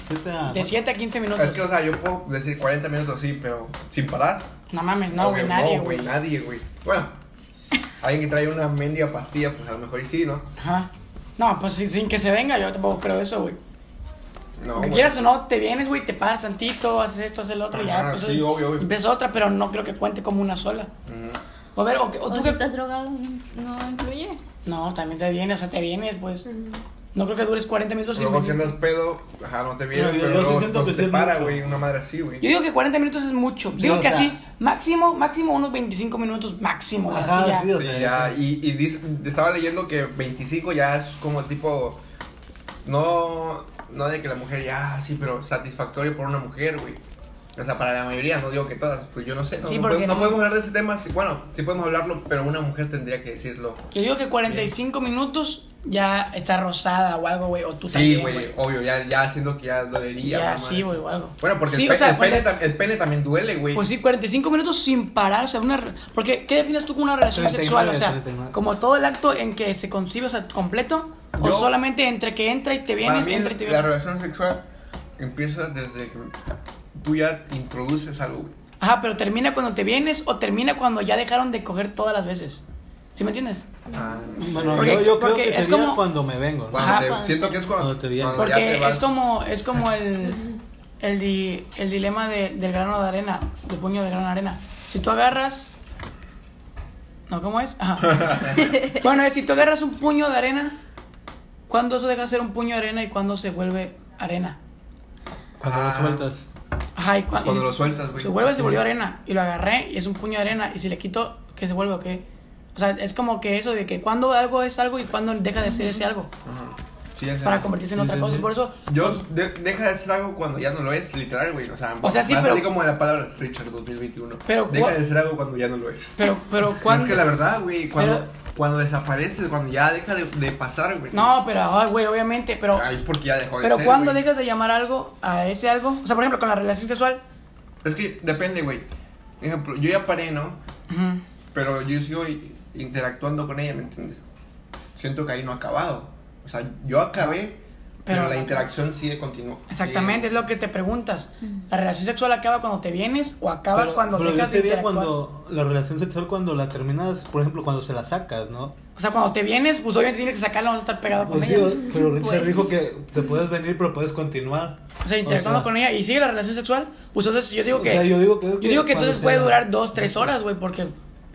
[SPEAKER 2] 7 a.
[SPEAKER 1] De 7 a 15
[SPEAKER 3] Es
[SPEAKER 1] minutos.
[SPEAKER 3] que, o sea, yo puedo decir 40 minutos, sí, pero sin parar.
[SPEAKER 1] No mames, no,
[SPEAKER 3] Obvio,
[SPEAKER 1] güey, nadie,
[SPEAKER 3] No,
[SPEAKER 1] güey.
[SPEAKER 3] güey, nadie, güey. Bueno, alguien que trae una mendiga pastilla, pues a lo mejor y sí, ¿no?
[SPEAKER 1] Ajá. No, pues sí, sin que se venga, yo tampoco creo eso, güey.
[SPEAKER 3] No,
[SPEAKER 1] Aunque
[SPEAKER 3] güey.
[SPEAKER 1] quieras o no, te vienes, güey, te paras tantito, haces esto, haces el otro, y ya.
[SPEAKER 3] Ajá,
[SPEAKER 1] Pues,
[SPEAKER 3] Ah, sí, obvio, obvio.
[SPEAKER 1] Empieza otra, pero no creo que cuente como una sola.
[SPEAKER 3] Ujú.
[SPEAKER 1] O a ver, o, que- o
[SPEAKER 5] O
[SPEAKER 1] tú
[SPEAKER 5] si
[SPEAKER 1] que.
[SPEAKER 5] estás drogado, ¿no no influye?
[SPEAKER 1] No, también te vienes, o sea, te vienes,
[SPEAKER 4] Mm.
[SPEAKER 1] pues.
[SPEAKER 3] Ah,
[SPEAKER 1] No creo que dures 40 minutos. sin
[SPEAKER 3] Luego si
[SPEAKER 1] venirte.
[SPEAKER 3] andas pedo, ajá, no te vienes,
[SPEAKER 2] Pero yo-
[SPEAKER 3] pero
[SPEAKER 2] yo sí
[SPEAKER 3] luego
[SPEAKER 2] siento
[SPEAKER 3] no
[SPEAKER 2] que
[SPEAKER 3] se
[SPEAKER 2] sí
[SPEAKER 3] te
[SPEAKER 2] es
[SPEAKER 3] para,
[SPEAKER 2] mucho.
[SPEAKER 3] güey, una madre así, güey.
[SPEAKER 1] Yo digo que 40 minutos es mucho.
[SPEAKER 2] Sí,
[SPEAKER 1] digo
[SPEAKER 2] o
[SPEAKER 1] que
[SPEAKER 2] sea-
[SPEAKER 1] así, máximo, máximo unos 25 minutos, máximo.
[SPEAKER 2] Ajá,
[SPEAKER 1] así ya.
[SPEAKER 2] sí, o
[SPEAKER 3] Sí,
[SPEAKER 2] sea,
[SPEAKER 3] ya, y, y dice- estaba leyendo que 25 ya es como tipo, no, no de que la mujer ya, sí, pero satisfactorio por una mujer, güey. O sea, para la mayoría, no digo que todas, pues yo no sé, no,
[SPEAKER 1] Sí,
[SPEAKER 3] no
[SPEAKER 1] porque
[SPEAKER 3] podemos, no
[SPEAKER 1] no-
[SPEAKER 3] podemos hablar de ese tema, sí, bueno, sí podemos hablarlo, pero una mujer tendría que decirlo.
[SPEAKER 1] Yo digo que 45 minutos ya está rosada o algo, güey. O tú
[SPEAKER 3] Sí,
[SPEAKER 1] Pues también.
[SPEAKER 3] güey, obvio, ya, ya siento que ya dolería.
[SPEAKER 1] Ya,
[SPEAKER 3] mamá,
[SPEAKER 1] sí,
[SPEAKER 3] eso.
[SPEAKER 1] güey, o algo.
[SPEAKER 3] Bueno, porque
[SPEAKER 1] Sí,
[SPEAKER 3] el,
[SPEAKER 1] o
[SPEAKER 3] pe-
[SPEAKER 1] sea,
[SPEAKER 3] el pene,
[SPEAKER 1] cuando-
[SPEAKER 3] tam- el pene también duele, güey.
[SPEAKER 1] Pues sí, 45 minutos sin parar, o sea, una... re- Porque, ¿qué defines tú como una relación
[SPEAKER 2] 39,
[SPEAKER 1] sexual? O sea,
[SPEAKER 2] 39.
[SPEAKER 1] como todo el acto en que se concibe, o sea, completo, o
[SPEAKER 3] Yo-
[SPEAKER 1] solamente entre que entra y te
[SPEAKER 3] Para
[SPEAKER 1] vienes,
[SPEAKER 3] mí,
[SPEAKER 1] entra y te
[SPEAKER 3] la
[SPEAKER 1] vienes.
[SPEAKER 3] relación sexual empieza desde que tú ya introduces algo, güey.
[SPEAKER 1] Ajá, pero termina cuando te vienes o termina cuando ya dejaron de coger todas las veces. ¿Sí me entiendes?
[SPEAKER 3] Ah, no sé.
[SPEAKER 2] Bueno,
[SPEAKER 1] Porque-
[SPEAKER 2] yo, yo creo
[SPEAKER 1] porque
[SPEAKER 2] que
[SPEAKER 1] es
[SPEAKER 2] sería
[SPEAKER 1] como-
[SPEAKER 2] cuando me vengo. ¿no?
[SPEAKER 3] Cuando
[SPEAKER 1] Ajá,
[SPEAKER 3] te-
[SPEAKER 5] cuando-
[SPEAKER 3] siento que es cuando,
[SPEAKER 2] cuando te vienes.
[SPEAKER 3] cuando ya te
[SPEAKER 1] Porque
[SPEAKER 3] vas.
[SPEAKER 1] es como, es como el, el, di- el dilema de- del grano de arena, del puño de grano de arena. Si tú agarras... ¿No? ¿Cómo es? Ajá. bueno, es si tú agarras un puño de arena, ¿cuándo eso deja de ser un puño de arena y cuándo se vuelve arena?
[SPEAKER 2] Cuando
[SPEAKER 3] Ah.
[SPEAKER 2] lo sueltas.
[SPEAKER 1] Ajá, y cuando,
[SPEAKER 3] Cuando lo sueltas, güey.
[SPEAKER 1] se vuelve, Pues se volvió arena. Y lo agarré y es un puño de arena. Y si le quito, que se vuelve, ¿ok? O sea, es como que eso de que cuando algo es algo y cuando deja de ser ese algo.
[SPEAKER 3] Ajá. Sí, ya sé.
[SPEAKER 1] Para convertirse en
[SPEAKER 2] Sí,
[SPEAKER 1] otra
[SPEAKER 2] sí,
[SPEAKER 1] cosa.
[SPEAKER 2] sí.
[SPEAKER 1] Y por eso,
[SPEAKER 3] Yo de- deja de ser algo cuando ya no lo es, literal, güey. O sea,
[SPEAKER 1] O sea, sí,
[SPEAKER 3] va a
[SPEAKER 1] pero-
[SPEAKER 3] salir como en la palabra Richard 2021.
[SPEAKER 1] Pero
[SPEAKER 3] deja
[SPEAKER 1] cua-
[SPEAKER 3] de ser algo cuando ya no lo es.
[SPEAKER 1] pero, pero
[SPEAKER 3] Es
[SPEAKER 1] cuando.
[SPEAKER 3] que la verdad, güey, cuando,
[SPEAKER 1] Pero-
[SPEAKER 3] cuando desapareces, cuando ya deja de, de pasar, güey.
[SPEAKER 1] No, pero, ay, güey, obviamente. Pero,
[SPEAKER 3] Ay, es porque ya dejó de
[SPEAKER 1] pero
[SPEAKER 3] ser,
[SPEAKER 1] cuando
[SPEAKER 3] güey.
[SPEAKER 1] dejas de llamar algo a ese algo. O sea, por ejemplo, con la relación sexual.
[SPEAKER 3] Es que depende, güey. Por ejemplo, yo ya paré, ¿no?
[SPEAKER 1] ujú.
[SPEAKER 3] Pero yo sigo i- interactuando con ella, ¿me entiendes? Siento que ahí no ha acabado. O sea, yo acabé, pero,
[SPEAKER 1] Pero
[SPEAKER 3] la
[SPEAKER 1] no.
[SPEAKER 3] interacción sigue continua.
[SPEAKER 1] Exactamente, es lo que te preguntas. ¿La relación sexual acaba cuando te vienes o acaba
[SPEAKER 2] Pero-
[SPEAKER 1] cuando
[SPEAKER 2] pero yo
[SPEAKER 1] dejas de
[SPEAKER 2] sería
[SPEAKER 1] interactuar?
[SPEAKER 2] cuando la relación sexual cuando la terminas, por ejemplo, cuando se la sacas, ¿no?
[SPEAKER 1] O sea, cuando te vienes, pues obviamente tienes que sacarla, vas a estar pegado con
[SPEAKER 2] Pues sí,
[SPEAKER 1] ella.
[SPEAKER 2] o- pero Richard
[SPEAKER 5] Pues.
[SPEAKER 2] dijo que te puedes venir, pero puedes continuar.
[SPEAKER 1] O sea, interactuando
[SPEAKER 2] O sea,
[SPEAKER 1] con ella y sigue la relación sexual, pues entonces yo digo
[SPEAKER 2] o
[SPEAKER 1] que.
[SPEAKER 2] sea,
[SPEAKER 1] yo,
[SPEAKER 2] yo digo que,
[SPEAKER 1] digo que
[SPEAKER 2] cuando
[SPEAKER 1] entonces
[SPEAKER 2] se
[SPEAKER 1] puede
[SPEAKER 2] la-
[SPEAKER 1] durar dos, tres horas, güey, porque.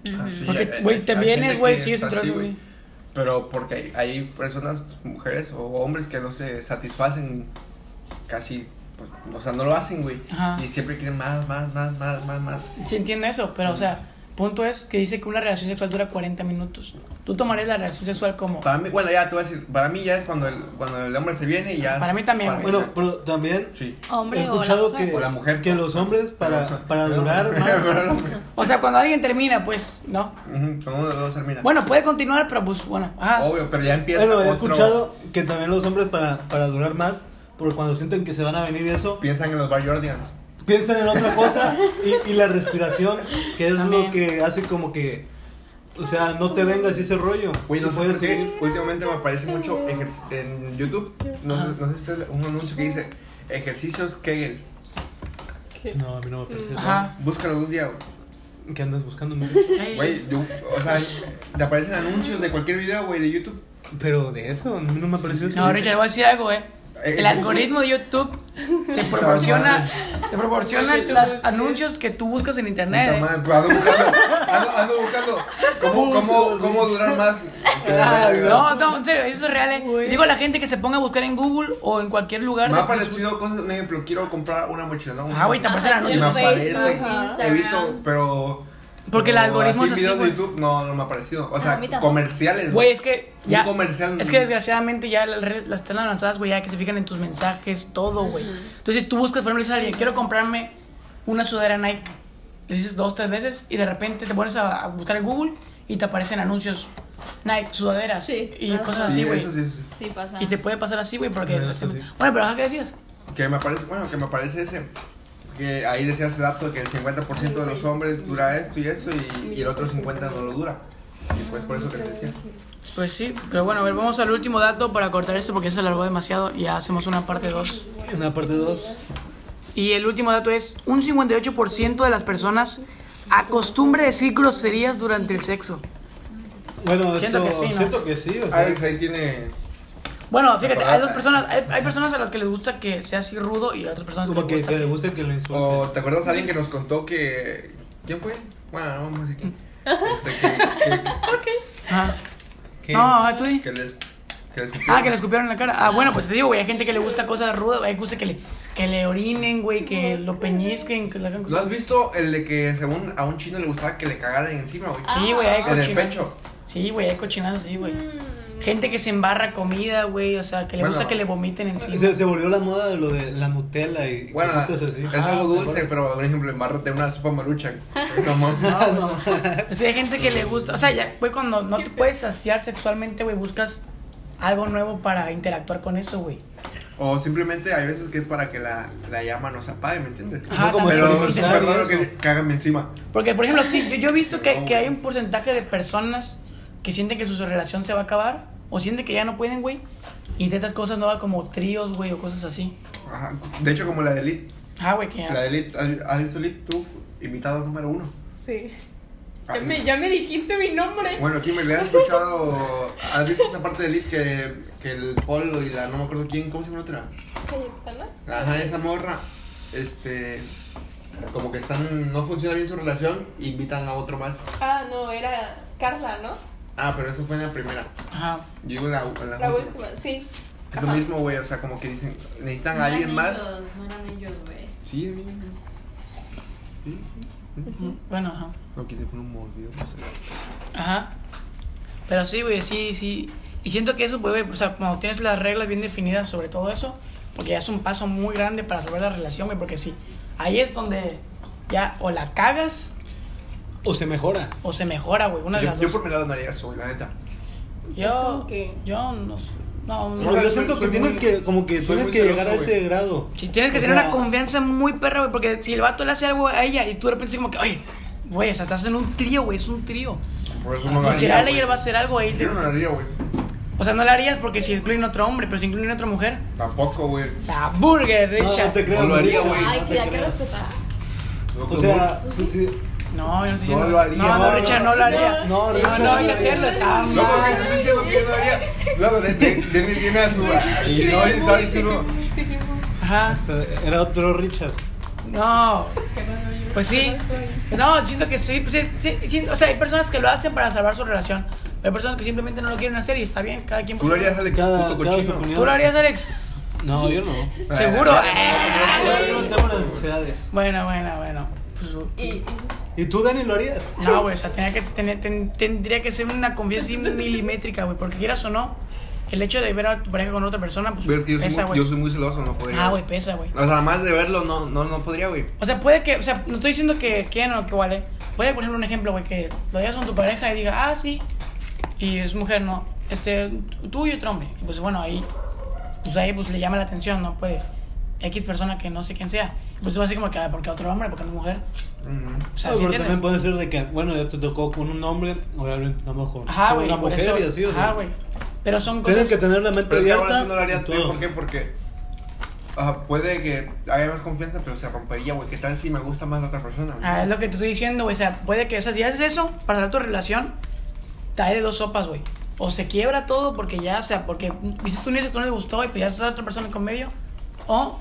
[SPEAKER 3] Ah, sí,
[SPEAKER 1] Porque,
[SPEAKER 3] hay-
[SPEAKER 1] güey,
[SPEAKER 3] hay-
[SPEAKER 1] te
[SPEAKER 3] hay
[SPEAKER 1] vienes,
[SPEAKER 3] gente
[SPEAKER 1] güey,
[SPEAKER 3] que
[SPEAKER 1] sigues
[SPEAKER 3] está así,
[SPEAKER 1] entrando,
[SPEAKER 3] güey.
[SPEAKER 1] güey.
[SPEAKER 3] Pero porque hay, hay personas, mujeres o hombres que no se satisfacen casi, pues, o sea, no lo hacen, güey.
[SPEAKER 1] Ajá.
[SPEAKER 3] Y siempre quieren más, más, más, más, más, más.
[SPEAKER 1] Sí entiendo eso, pero o sea, punto es que dice que una relación sexual dura 40 minutos. Tú tomarías la relación sexual como.
[SPEAKER 3] Para mí, bueno, ya te voy a decir, para mí ya es cuando el, cuando el hombre se viene y ya...
[SPEAKER 1] Para mí también,
[SPEAKER 3] para-
[SPEAKER 1] güey.
[SPEAKER 2] Bueno, pero también
[SPEAKER 3] Sí.
[SPEAKER 5] Hombre
[SPEAKER 2] he
[SPEAKER 5] o la
[SPEAKER 2] escuchado
[SPEAKER 5] mujer.
[SPEAKER 2] que
[SPEAKER 3] O la mujer.
[SPEAKER 2] que los hombres para para
[SPEAKER 3] Pero-
[SPEAKER 2] durar
[SPEAKER 3] Pero
[SPEAKER 2] más
[SPEAKER 3] el hombre-
[SPEAKER 1] O sea, cuando alguien termina, pues, ¿no?
[SPEAKER 3] Ujú, Con uno de los dos termina.
[SPEAKER 1] Bueno, puede continuar, pero pues, bueno. Ajá.
[SPEAKER 3] Obvio, pero ya empieza
[SPEAKER 2] ah, Bueno, he
[SPEAKER 3] otro-
[SPEAKER 2] escuchado que también los hombres para, para durar más, porque cuando sienten que se van a venir y eso,
[SPEAKER 3] Piensan en los Bar Guardians.
[SPEAKER 2] piensan en otra cosa y, y la respiración, que es
[SPEAKER 1] Amén.
[SPEAKER 2] lo que hace como que, o sea, no te vengas y ese rollo.
[SPEAKER 3] Güey, no
[SPEAKER 2] Y
[SPEAKER 3] sé
[SPEAKER 2] puedes
[SPEAKER 3] por qué,
[SPEAKER 2] seguir.
[SPEAKER 3] Últimamente me aparece mucho ejer- en YouTube. No sé, no sé si es un anuncio que dice ejercicios Kegel.
[SPEAKER 4] ¿Qué?
[SPEAKER 2] No, a mí no me aparece eso.
[SPEAKER 1] Ajá.
[SPEAKER 3] Búscalo algún día, güey.
[SPEAKER 2] ¿Qué andas buscando? mira?
[SPEAKER 1] Ey,
[SPEAKER 3] Güey, yo, o sea, te aparecen anuncios de cualquier video, güey, de YouTube.
[SPEAKER 2] Pero de eso, a mí no me apareció eso.
[SPEAKER 1] No, Richard, voy a decir algo, eh.
[SPEAKER 3] Eh,
[SPEAKER 1] El algoritmo de YouTube te proporciona, te proporciona
[SPEAKER 4] Oye, yo
[SPEAKER 1] los
[SPEAKER 4] no sé.
[SPEAKER 1] anuncios que tú buscas en internet.
[SPEAKER 3] Puta
[SPEAKER 1] eh.
[SPEAKER 3] madre, pues, Ando buscando, ando, ando buscando cómo, cómo, cómo durar más.
[SPEAKER 2] Ah,
[SPEAKER 1] No, no, en serio, eso es real. eh.
[SPEAKER 2] Güey.
[SPEAKER 1] Digo a la gente que se ponga a buscar en Google o en cualquier lugar.
[SPEAKER 3] Me
[SPEAKER 1] de
[SPEAKER 3] ha parecido cosas, un ejemplo, quiero comprar una mochila, ¿no?
[SPEAKER 1] Ah, güey, te aparece la
[SPEAKER 5] Ajá,
[SPEAKER 3] Y
[SPEAKER 1] noche.
[SPEAKER 3] me
[SPEAKER 5] en
[SPEAKER 3] aparece,
[SPEAKER 5] Facebook,
[SPEAKER 3] he
[SPEAKER 5] Instagram.
[SPEAKER 3] visto, pero...
[SPEAKER 1] Porque el
[SPEAKER 3] pero
[SPEAKER 1] algoritmo es así,
[SPEAKER 3] videos de
[SPEAKER 1] güey.
[SPEAKER 3] YouTube, no, no me ha aparecido. O
[SPEAKER 5] A
[SPEAKER 3] sea,
[SPEAKER 5] mí tampoco.
[SPEAKER 3] comerciales.
[SPEAKER 1] Güey, es que
[SPEAKER 3] Un
[SPEAKER 1] ya.
[SPEAKER 3] comercial.
[SPEAKER 1] Es que desgraciadamente ya las redes las están lanzadas, güey, ya que se fijan en tus mensajes, todo, güey. Entonces, si tú buscas, por ejemplo, dices a alguien, quiero comprarme una sudadera Nike. Le dices dos, tres veces y de repente te pones a, a buscar en Google y te aparecen anuncios Nike, sudaderas
[SPEAKER 4] Sí.
[SPEAKER 1] y
[SPEAKER 4] Ajá.
[SPEAKER 1] cosas
[SPEAKER 3] Sí,
[SPEAKER 1] así, güey.
[SPEAKER 3] eso sí, eso sí.
[SPEAKER 5] Sí, pasa.
[SPEAKER 1] Y te puede pasar así, güey, porque
[SPEAKER 2] Ah, eso
[SPEAKER 1] desgraciadamente-
[SPEAKER 2] sí.
[SPEAKER 1] Bueno, pero ajá, ¿qué decías?
[SPEAKER 3] Que me parece, bueno, que me parece ese. Que ahí decía ese dato que el 50% de los hombres dura esto y esto y, y el otro 50% no lo dura. Y pues por eso que te decía.
[SPEAKER 1] Pues sí, pero bueno, a ver, vamos al último dato para cortar esto porque ya se alargó demasiado y ya hacemos una parte 2.
[SPEAKER 2] Una parte 2.
[SPEAKER 1] Y el último dato es, un 58% de las personas acostumbra decir groserías durante el sexo.
[SPEAKER 2] Bueno,
[SPEAKER 1] Siento
[SPEAKER 2] esto-
[SPEAKER 1] que sí, ¿no?
[SPEAKER 2] siento que sí, o sea,
[SPEAKER 3] Alex ahí Ah, tiene
[SPEAKER 1] Bueno, fíjate, hay dos personas, hay, hay personas a las que les gusta que sea así rudo y a otras
[SPEAKER 3] Ah,
[SPEAKER 1] personas que
[SPEAKER 2] Como
[SPEAKER 1] les
[SPEAKER 2] que,
[SPEAKER 1] gusta
[SPEAKER 2] que le
[SPEAKER 1] que-
[SPEAKER 2] guste que lo
[SPEAKER 3] O
[SPEAKER 2] insulten.
[SPEAKER 3] te acuerdas de alguien que nos contó que. ¿Quién fue? Bueno, no vamos a decir quién. Este, que,
[SPEAKER 1] Ajá.
[SPEAKER 3] que-
[SPEAKER 1] No, ah, ajá, tú di.
[SPEAKER 3] que, que les. Que les
[SPEAKER 1] Ah, que le escupieron en la cara. Ah, bueno, pues te digo, güey, hay gente que le gusta cosas rudas, güey, hay que gusta que le, que le orinen, güey, que lo peñizquen, que le hagan
[SPEAKER 3] ¿No
[SPEAKER 1] cosas.
[SPEAKER 3] Pues, has visto el de que según a un chino le gustaba que le cagaran encima, güey? Ah.
[SPEAKER 1] Sí, güey, hay
[SPEAKER 3] en el
[SPEAKER 1] cochinadas.
[SPEAKER 3] pecho.
[SPEAKER 1] Sí, güey, hay cochinadas, sí, güey.
[SPEAKER 5] Mm.
[SPEAKER 1] Gente que se embarra comida, güey, o sea, que le
[SPEAKER 3] Bueno.
[SPEAKER 1] gusta que le vomiten encima.
[SPEAKER 2] Se, se volvió la moda de lo de la Nutella y
[SPEAKER 3] Bueno,
[SPEAKER 2] cositas así.
[SPEAKER 3] es
[SPEAKER 2] Ah,
[SPEAKER 3] algo dulce,
[SPEAKER 2] ¿te acuerdas?
[SPEAKER 3] pero por ejemplo, embárrate una sopa marucha. No, mames.
[SPEAKER 2] Ah, no.
[SPEAKER 1] O sea, hay gente que le gusta, o sea, ya, güey, cuando no te puedes saciar sexualmente, güey, buscas algo nuevo para interactuar con eso, güey.
[SPEAKER 3] O simplemente hay veces que es para que la, la llama nos apague, ¿me entiendes?
[SPEAKER 1] Ajá,
[SPEAKER 2] como
[SPEAKER 1] también.
[SPEAKER 3] pero
[SPEAKER 2] el
[SPEAKER 3] es súper raro
[SPEAKER 2] aniversario,
[SPEAKER 3] que cágame encima.
[SPEAKER 1] Porque, por ejemplo, sí, yo, yo he visto que, que hay un porcentaje de personas que sienten que su relación se va a acabar o sienten que ya no pueden, güey. Y intentas cosas nuevas como tríos, güey, o cosas así.
[SPEAKER 3] Ajá. De hecho, como la de Elite.
[SPEAKER 1] Ah, güey, que ya.
[SPEAKER 3] La de Elite, ¿has- ¿has visto Elite? Tú, invitado número uno.
[SPEAKER 4] Sí.
[SPEAKER 3] Ah,
[SPEAKER 4] Ya me, ya me dijiste mi nombre.
[SPEAKER 3] Bueno, aquí me le has escuchado. ¿Has visto esa parte de Elite que, que el Polo y la no me acuerdo quién, ¿cómo se llama la otra?
[SPEAKER 4] Cayetana.
[SPEAKER 3] Ajá, esa morra, este, como que están, no funciona bien su relación, invitan a otro más.
[SPEAKER 4] Ah, no, era Carla, ¿no?
[SPEAKER 3] Ah, pero eso fue en la primera.
[SPEAKER 1] Ajá.
[SPEAKER 3] Yo digo en la, en la
[SPEAKER 4] La
[SPEAKER 3] última.
[SPEAKER 4] última, sí.
[SPEAKER 3] Es lo
[SPEAKER 4] Ajá.
[SPEAKER 3] mismo, güey, o sea, como que dicen, necesitan
[SPEAKER 5] No
[SPEAKER 3] a
[SPEAKER 5] eran
[SPEAKER 3] alguien más.
[SPEAKER 5] ellos, No eran ellos, güey.
[SPEAKER 3] Sí, a mí. Sí, sí.
[SPEAKER 1] Ujú. Bueno, ajá.
[SPEAKER 3] No quité con un mordido.
[SPEAKER 1] Ajá. Pero sí, güey, sí, sí. Y siento que eso, güey, o sea, cuando tienes las reglas bien definidas sobre todo eso, porque ya es un paso muy grande para salvar la relación, güey, porque sí, ahí es donde ya o la cagas
[SPEAKER 2] O se mejora.
[SPEAKER 1] o se mejora, güey, una de
[SPEAKER 3] Yo,
[SPEAKER 1] las
[SPEAKER 3] yo
[SPEAKER 1] dos.
[SPEAKER 3] por mi lado no haría eso, güey, la neta.
[SPEAKER 1] Yo,
[SPEAKER 4] Es como que-
[SPEAKER 1] yo no, sé. no, no.
[SPEAKER 3] No,
[SPEAKER 2] yo
[SPEAKER 3] soy-
[SPEAKER 2] siento que
[SPEAKER 3] soy
[SPEAKER 2] tienes
[SPEAKER 3] muy-
[SPEAKER 2] que, como que
[SPEAKER 3] soy
[SPEAKER 2] tienes
[SPEAKER 3] muy
[SPEAKER 2] que llegar a
[SPEAKER 3] celoso,
[SPEAKER 2] ese
[SPEAKER 3] güey.
[SPEAKER 2] grado.
[SPEAKER 1] Sí, tienes que
[SPEAKER 2] O
[SPEAKER 1] tener
[SPEAKER 2] sea,
[SPEAKER 1] una confianza muy perra, güey, porque si el vato le hace algo a ella y tú de repente así como que, oye, güey, o sea, estás en un trío, güey, es un trío.
[SPEAKER 3] Por
[SPEAKER 1] Ah,
[SPEAKER 3] eso no lo haría.
[SPEAKER 1] Literal,
[SPEAKER 3] güey.
[SPEAKER 1] ella va a hacer algo ahí.
[SPEAKER 3] Yo no lo haría, güey.
[SPEAKER 1] O sea, no lo harías porque si incluyen otro hombre, pero si incluyen otra mujer,
[SPEAKER 3] Tampoco, güey.
[SPEAKER 1] la burger,
[SPEAKER 2] No,
[SPEAKER 1] Richard.
[SPEAKER 2] no te creo.
[SPEAKER 3] No lo haría,
[SPEAKER 2] Richard.
[SPEAKER 3] güey.
[SPEAKER 5] Ay,
[SPEAKER 2] No te
[SPEAKER 5] que hay que
[SPEAKER 2] creo.
[SPEAKER 5] respetar.
[SPEAKER 2] O sea,
[SPEAKER 5] ¿Tú
[SPEAKER 2] pues, sí.
[SPEAKER 1] No, yo no estoy diciendo
[SPEAKER 3] No lo
[SPEAKER 1] eso.
[SPEAKER 3] haría.
[SPEAKER 1] No, no,
[SPEAKER 3] No,
[SPEAKER 1] Richard,
[SPEAKER 3] no,
[SPEAKER 1] no lo haría.
[SPEAKER 2] no, no,
[SPEAKER 1] No, no hay
[SPEAKER 2] Richard, no
[SPEAKER 1] que
[SPEAKER 2] lo haría.
[SPEAKER 1] hacerlo, está
[SPEAKER 3] Loco, que te
[SPEAKER 1] mal.
[SPEAKER 3] estoy diciendo que yo no haría. Loco, de- de- Denis viene a su. Y no, y está diciendo.
[SPEAKER 1] Ajá.
[SPEAKER 2] Era otro Richard.
[SPEAKER 1] No. Pues sí. No, siento que sí, pues, sí, sí, sí, O sea, hay personas que lo hacen para salvar su relación. Hay personas que simplemente no lo quieren hacer y está bien, cada quien.
[SPEAKER 3] Tú lo harías, Alex,
[SPEAKER 2] Cada,
[SPEAKER 3] puto
[SPEAKER 2] cada su
[SPEAKER 3] cochino.
[SPEAKER 2] opinión.
[SPEAKER 1] ¿Tú lo harías, Alex?
[SPEAKER 2] No, yo no.
[SPEAKER 3] Eh,
[SPEAKER 1] Seguro. Eh,
[SPEAKER 3] Ah,
[SPEAKER 2] Yo no tengo las necesidades.
[SPEAKER 1] Bueno, bueno, bueno. Pues,
[SPEAKER 4] Y, y-
[SPEAKER 2] ¿Y tú, Dani, lo harías?
[SPEAKER 1] no, güey, o sea, tenía que, tener- ten- tendría que ser una confianza así milimétrica, güey, porque quieras o no, el hecho de ver a tu pareja con otra persona, pues
[SPEAKER 3] Pero es que yo soy,
[SPEAKER 1] pesa,
[SPEAKER 3] muy, yo
[SPEAKER 1] güey.
[SPEAKER 3] soy muy celoso, no podría.
[SPEAKER 1] Ah, güey, pesa, güey.
[SPEAKER 3] O sea, además de verlo, no, no, no podría, güey.
[SPEAKER 1] O sea, puede que, o sea, no estoy diciendo que quieran o que vale. Puede, por ejemplo, un ejemplo, güey, que lo digas con tu pareja y diga, ah, sí, y es mujer, no, este, tú y otro hombre. Y pues bueno, ahí, pues ahí, pues le llama la atención, ¿no? Puede, X persona que no sé quién sea. Pues tú vas así como que, ah, ¿por qué otro hombre? ¿Por qué no mujer? O
[SPEAKER 3] Mm.
[SPEAKER 1] sea, ¿sí
[SPEAKER 2] No, pero
[SPEAKER 1] entiendes?
[SPEAKER 2] también puede ser de que, bueno, ya te tocó con un hombre, obviamente, a lo mejor.
[SPEAKER 1] Ajá,
[SPEAKER 2] con
[SPEAKER 1] güey.
[SPEAKER 2] una
[SPEAKER 1] por
[SPEAKER 2] mujer
[SPEAKER 1] eso-
[SPEAKER 2] y así, o sea.
[SPEAKER 1] Ajá, güey. Pero son cosas.
[SPEAKER 2] Tienes que tener la mente
[SPEAKER 3] Pero es que
[SPEAKER 2] abierta.
[SPEAKER 3] ahora sí no lo haría,
[SPEAKER 2] en
[SPEAKER 3] te
[SPEAKER 2] todo.
[SPEAKER 3] digo ¿por qué? Porque. ajá, puede que haya más confianza, pero se rompería, güey. ¿Qué tal si me gusta más la otra persona? güey?
[SPEAKER 1] Ah, es lo que te estoy diciendo, güey. O sea, puede que, o sea, si haces eso para salvar tu relación, te hay de dos sopas, güey. O se quiebra todo porque ya, o sea, porque hiciste un niño que no le gustó y pues ya está otra persona con medio. O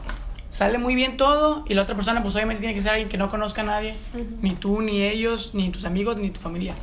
[SPEAKER 1] sale muy bien todo y la otra persona, pues obviamente tiene que ser alguien que no conozca a nadie. Ni tú, ni ellos, ni tus amigos, ni tu familia.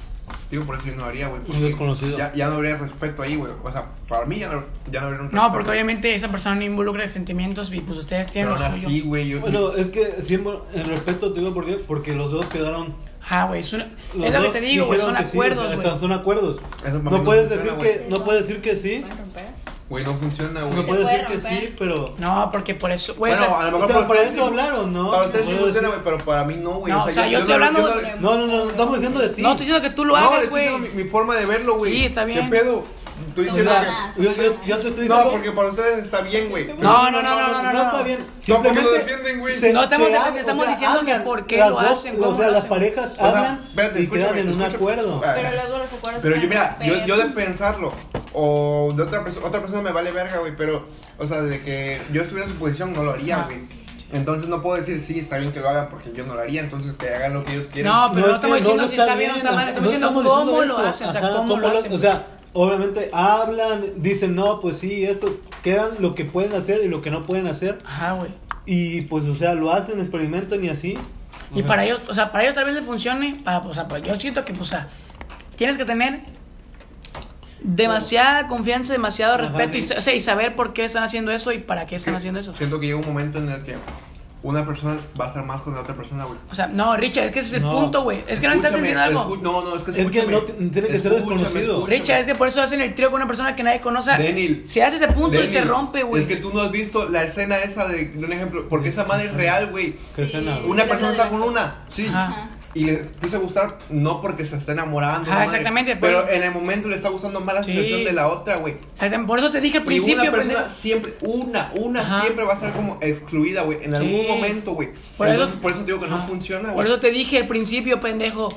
[SPEAKER 3] Digo, por eso yo no lo haría, güey.
[SPEAKER 2] Un desconocido.
[SPEAKER 3] Ya, ya no habría respeto ahí, güey. O sea, para mí ya no, ya no habría un respeto.
[SPEAKER 1] No, porque obviamente esa persona no involucra sentimientos y pues ustedes tienen
[SPEAKER 3] Pero
[SPEAKER 1] los
[SPEAKER 3] ahora sí, güey. yo-
[SPEAKER 2] Bueno, es que siempre, el respeto, te digo, ¿por qué? Porque los dos quedaron.
[SPEAKER 1] Ah, güey, es, una-
[SPEAKER 2] los
[SPEAKER 1] es lo que
[SPEAKER 2] dos
[SPEAKER 1] te digo, güey,
[SPEAKER 2] dijeron
[SPEAKER 1] son
[SPEAKER 2] que sí, o sea,
[SPEAKER 1] acuerdos, güey.
[SPEAKER 2] son- son acuerdos.
[SPEAKER 3] Eso para mí
[SPEAKER 2] No
[SPEAKER 3] no
[SPEAKER 2] puedes decir
[SPEAKER 3] funciona,
[SPEAKER 2] que,
[SPEAKER 3] güey.
[SPEAKER 2] no puedes decir que sí,
[SPEAKER 5] Pueden romper.
[SPEAKER 3] Güey, no funciona,
[SPEAKER 2] eh, no
[SPEAKER 3] güey.
[SPEAKER 5] puede
[SPEAKER 2] puedes decir que
[SPEAKER 5] romper.
[SPEAKER 2] sí, pero.
[SPEAKER 1] No, porque por eso, güey, o
[SPEAKER 3] Bueno,
[SPEAKER 1] sea,
[SPEAKER 3] a lo
[SPEAKER 2] O
[SPEAKER 3] mejor
[SPEAKER 2] sea, para
[SPEAKER 3] ustedes
[SPEAKER 2] eso
[SPEAKER 3] sí-
[SPEAKER 2] hablaron, ¿no?
[SPEAKER 3] Para ustedes sí
[SPEAKER 2] Puedo
[SPEAKER 3] funciona,
[SPEAKER 2] decir-
[SPEAKER 3] güey, pero para mí no, güey.
[SPEAKER 1] No, o sea, yo estoy
[SPEAKER 3] no-
[SPEAKER 1] hablando
[SPEAKER 3] no-
[SPEAKER 1] de-
[SPEAKER 5] pero-
[SPEAKER 2] No, no, no, no estamos diciendo de ti.
[SPEAKER 1] no estoy diciendo que tú lo
[SPEAKER 3] No, le
[SPEAKER 1] hagas,
[SPEAKER 3] estoy
[SPEAKER 1] güey.
[SPEAKER 3] diciendo mi, mi forma de verlo, güey.
[SPEAKER 1] Sí, está bien.
[SPEAKER 3] ¿Qué pedo? Estoy
[SPEAKER 5] No,
[SPEAKER 3] diciendo
[SPEAKER 5] nada.
[SPEAKER 3] que...
[SPEAKER 2] Yo, yo, yo te estoy diciendo.
[SPEAKER 3] No, porque para ustedes está bien, güey. Pero-
[SPEAKER 1] No, no, no, no, no, no, no.
[SPEAKER 2] está bien.
[SPEAKER 3] Tampoco
[SPEAKER 2] Simplemente
[SPEAKER 3] lo defienden, güey.
[SPEAKER 1] No estamos
[SPEAKER 2] se ha-
[SPEAKER 1] defendiendo, estamos diciendo que
[SPEAKER 2] hablan.
[SPEAKER 1] por qué
[SPEAKER 2] Las
[SPEAKER 1] lo
[SPEAKER 2] dos-
[SPEAKER 1] hacen, cómo
[SPEAKER 2] O sea,
[SPEAKER 1] lo
[SPEAKER 2] las
[SPEAKER 1] hacen.
[SPEAKER 2] parejas
[SPEAKER 3] O sea,
[SPEAKER 2] hablan
[SPEAKER 3] espérate,
[SPEAKER 2] y quedan
[SPEAKER 3] escúchame,
[SPEAKER 2] en un
[SPEAKER 3] escúchame.
[SPEAKER 2] acuerdo.
[SPEAKER 3] Ah,
[SPEAKER 5] Pero luego los acuerdos.
[SPEAKER 3] Pero
[SPEAKER 5] pueden
[SPEAKER 3] yo, mira, yo,
[SPEAKER 5] romper.
[SPEAKER 3] yo de pensarlo, o de otra persona, otra persona me vale verga, güey, pero, o sea, de que yo estuviera en su posición no lo haría,
[SPEAKER 1] Ah.
[SPEAKER 3] güey. Entonces no puedo decir, sí, está bien que lo hagan porque yo no lo haría, entonces que hagan lo que ellos quieran.
[SPEAKER 1] No, pues, pero no,
[SPEAKER 2] es que
[SPEAKER 1] estamos diciendo si está bien o está mal,
[SPEAKER 2] no
[SPEAKER 1] estamos diciendo
[SPEAKER 2] diciendo
[SPEAKER 1] cómo lo
[SPEAKER 2] eso.
[SPEAKER 1] hacen, o sea,
[SPEAKER 2] Ajá,
[SPEAKER 1] cómo lo
[SPEAKER 2] lo-
[SPEAKER 1] hacen.
[SPEAKER 2] O sea, obviamente hablan, dicen, no, pues sí, esto, quedan lo que pueden hacer y lo que no pueden hacer.
[SPEAKER 1] Ajá, güey.
[SPEAKER 2] Y pues, o sea, lo hacen, experimentan y así.
[SPEAKER 1] Y para ellos, o sea, para ellos tal vez les funcione, para, o sea, para- yo siento que, pues, o sea, tienes que tener demasiada confianza, demasiado
[SPEAKER 2] Ajá.
[SPEAKER 1] respeto y, sa- o sea, y saber por qué están haciendo eso y para qué están haciendo eso.
[SPEAKER 3] Siento que llega un momento en el que una persona va a estar más con la otra persona, güey.
[SPEAKER 1] O sea, no, Richard, es que ese es el
[SPEAKER 2] No.
[SPEAKER 1] punto, güey. Es que no estás
[SPEAKER 3] Escúchame,
[SPEAKER 1] entendiendo algo.
[SPEAKER 3] escu- No, no, es que
[SPEAKER 2] Es que
[SPEAKER 3] escúchame.
[SPEAKER 2] no t- tiene que ser
[SPEAKER 3] Escúchame,
[SPEAKER 2] desconocido.
[SPEAKER 3] escúchame.
[SPEAKER 1] Richard, es que por eso hacen el trío con una persona que nadie conoce.
[SPEAKER 3] Denil.
[SPEAKER 1] se hace ese punto y se
[SPEAKER 3] Lenin,
[SPEAKER 1] rompe, güey.
[SPEAKER 3] Es que tú no has visto la escena esa de, de un ejemplo, porque esa madre es real, güey.
[SPEAKER 2] Que
[SPEAKER 5] Sí.
[SPEAKER 2] suena, güey.
[SPEAKER 3] Una
[SPEAKER 5] Sí,
[SPEAKER 3] persona
[SPEAKER 5] la de-
[SPEAKER 3] está con una, sí.
[SPEAKER 1] Ajá.
[SPEAKER 3] Y le empieza a gustar no porque se está enamorando.
[SPEAKER 1] Ajá,
[SPEAKER 3] la madre,
[SPEAKER 1] exactamente,
[SPEAKER 3] Pero
[SPEAKER 1] pues.
[SPEAKER 3] en el momento le está gustando más la
[SPEAKER 1] Sí.
[SPEAKER 3] situación de la otra, güey.
[SPEAKER 1] Exactamente, Por eso te dije al
[SPEAKER 3] Y una
[SPEAKER 1] principio,
[SPEAKER 3] persona
[SPEAKER 1] pendejo.
[SPEAKER 3] siempre, una, una
[SPEAKER 1] Ajá.
[SPEAKER 3] siempre va a estar como excluida, güey, en
[SPEAKER 1] Sí.
[SPEAKER 3] algún momento, güey.
[SPEAKER 1] Por
[SPEAKER 3] Entonces,
[SPEAKER 1] eso-
[SPEAKER 3] por eso te digo que no
[SPEAKER 1] Ajá.
[SPEAKER 3] funciona,
[SPEAKER 1] Por
[SPEAKER 3] güey.
[SPEAKER 1] eso te dije al principio, pendejo.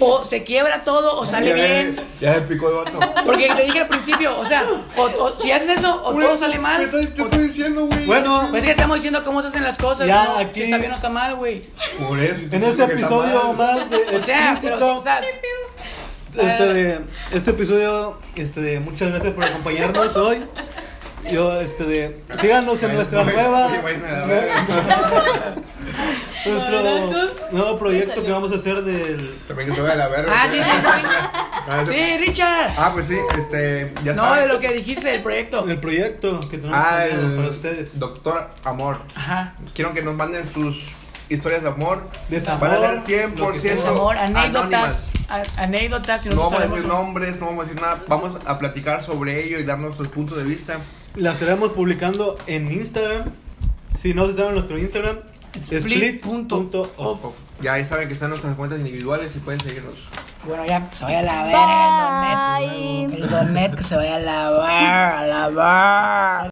[SPEAKER 1] O se quiebra todo o sale
[SPEAKER 3] Ya-
[SPEAKER 1] bien.
[SPEAKER 3] Ya se picó el vato.
[SPEAKER 1] Porque te dije al principio, o sea, o, o si haces eso, o
[SPEAKER 3] Güey,
[SPEAKER 1] todo sale
[SPEAKER 3] ¿Qué
[SPEAKER 1] mal.
[SPEAKER 3] estás- te estoy diciendo, güey?
[SPEAKER 2] Bueno,
[SPEAKER 1] Pues es que estamos diciendo cómo se hacen las cosas,
[SPEAKER 2] Ya,
[SPEAKER 1] ¿no?
[SPEAKER 2] aquí-
[SPEAKER 1] si está bien o está mal, güey.
[SPEAKER 3] Por eso. y tú
[SPEAKER 2] en
[SPEAKER 3] dices
[SPEAKER 2] este
[SPEAKER 3] que está
[SPEAKER 2] episodio
[SPEAKER 3] mal.
[SPEAKER 2] más de
[SPEAKER 1] O sea,
[SPEAKER 2] explícito,
[SPEAKER 1] pero, o sea,
[SPEAKER 2] este, de- este episodio, este, de- muchas gracias por acompañarnos hoy. Yo, este, de, síganos en
[SPEAKER 3] Bueno,
[SPEAKER 2] nuestra
[SPEAKER 3] muy-
[SPEAKER 2] nueva,
[SPEAKER 3] muy buena, la
[SPEAKER 2] nue-
[SPEAKER 3] verdad.
[SPEAKER 2] nuestro
[SPEAKER 4] Baratos.
[SPEAKER 2] nuevo
[SPEAKER 5] Te
[SPEAKER 2] proyecto
[SPEAKER 5] salió.
[SPEAKER 2] que vamos a hacer del,
[SPEAKER 3] También que se vaya a la verga.
[SPEAKER 1] ah, sí, sí,
[SPEAKER 3] Ah,
[SPEAKER 1] sí.
[SPEAKER 3] sí.
[SPEAKER 1] Sí, Richard.
[SPEAKER 3] Ah, pues sí, este, ya
[SPEAKER 1] No,
[SPEAKER 3] saben.
[SPEAKER 1] de lo que dijiste del proyecto.
[SPEAKER 2] del proyecto que tenemos
[SPEAKER 3] Ah,
[SPEAKER 2] planeado
[SPEAKER 3] el
[SPEAKER 2] para ustedes.
[SPEAKER 3] doctor Amor.
[SPEAKER 1] Ajá.
[SPEAKER 3] Quiero que nos manden sus historias de amor.
[SPEAKER 2] Desamor,
[SPEAKER 3] Van a ser
[SPEAKER 2] lo que sea.
[SPEAKER 3] 100%
[SPEAKER 1] Amor,
[SPEAKER 3] anónimas.
[SPEAKER 1] anécdotas, a- anécdotas, si nosotros
[SPEAKER 3] No vamos a
[SPEAKER 1] sabemos.
[SPEAKER 3] decir nombres, no vamos a decir nada. Vamos a platicar sobre ello y dar nuestros puntos de vista.
[SPEAKER 2] Las estaremos publicando en Instagram. Si no se saben nuestro Instagram,
[SPEAKER 1] Split punto
[SPEAKER 2] split.off.
[SPEAKER 1] off.
[SPEAKER 3] Ya ahí saben que están nuestras cuentas individuales y pueden seguirnos.
[SPEAKER 1] Bueno, ya, que se vaya a la verga el Donet. El Donet que se vaya a la verga, a la verga.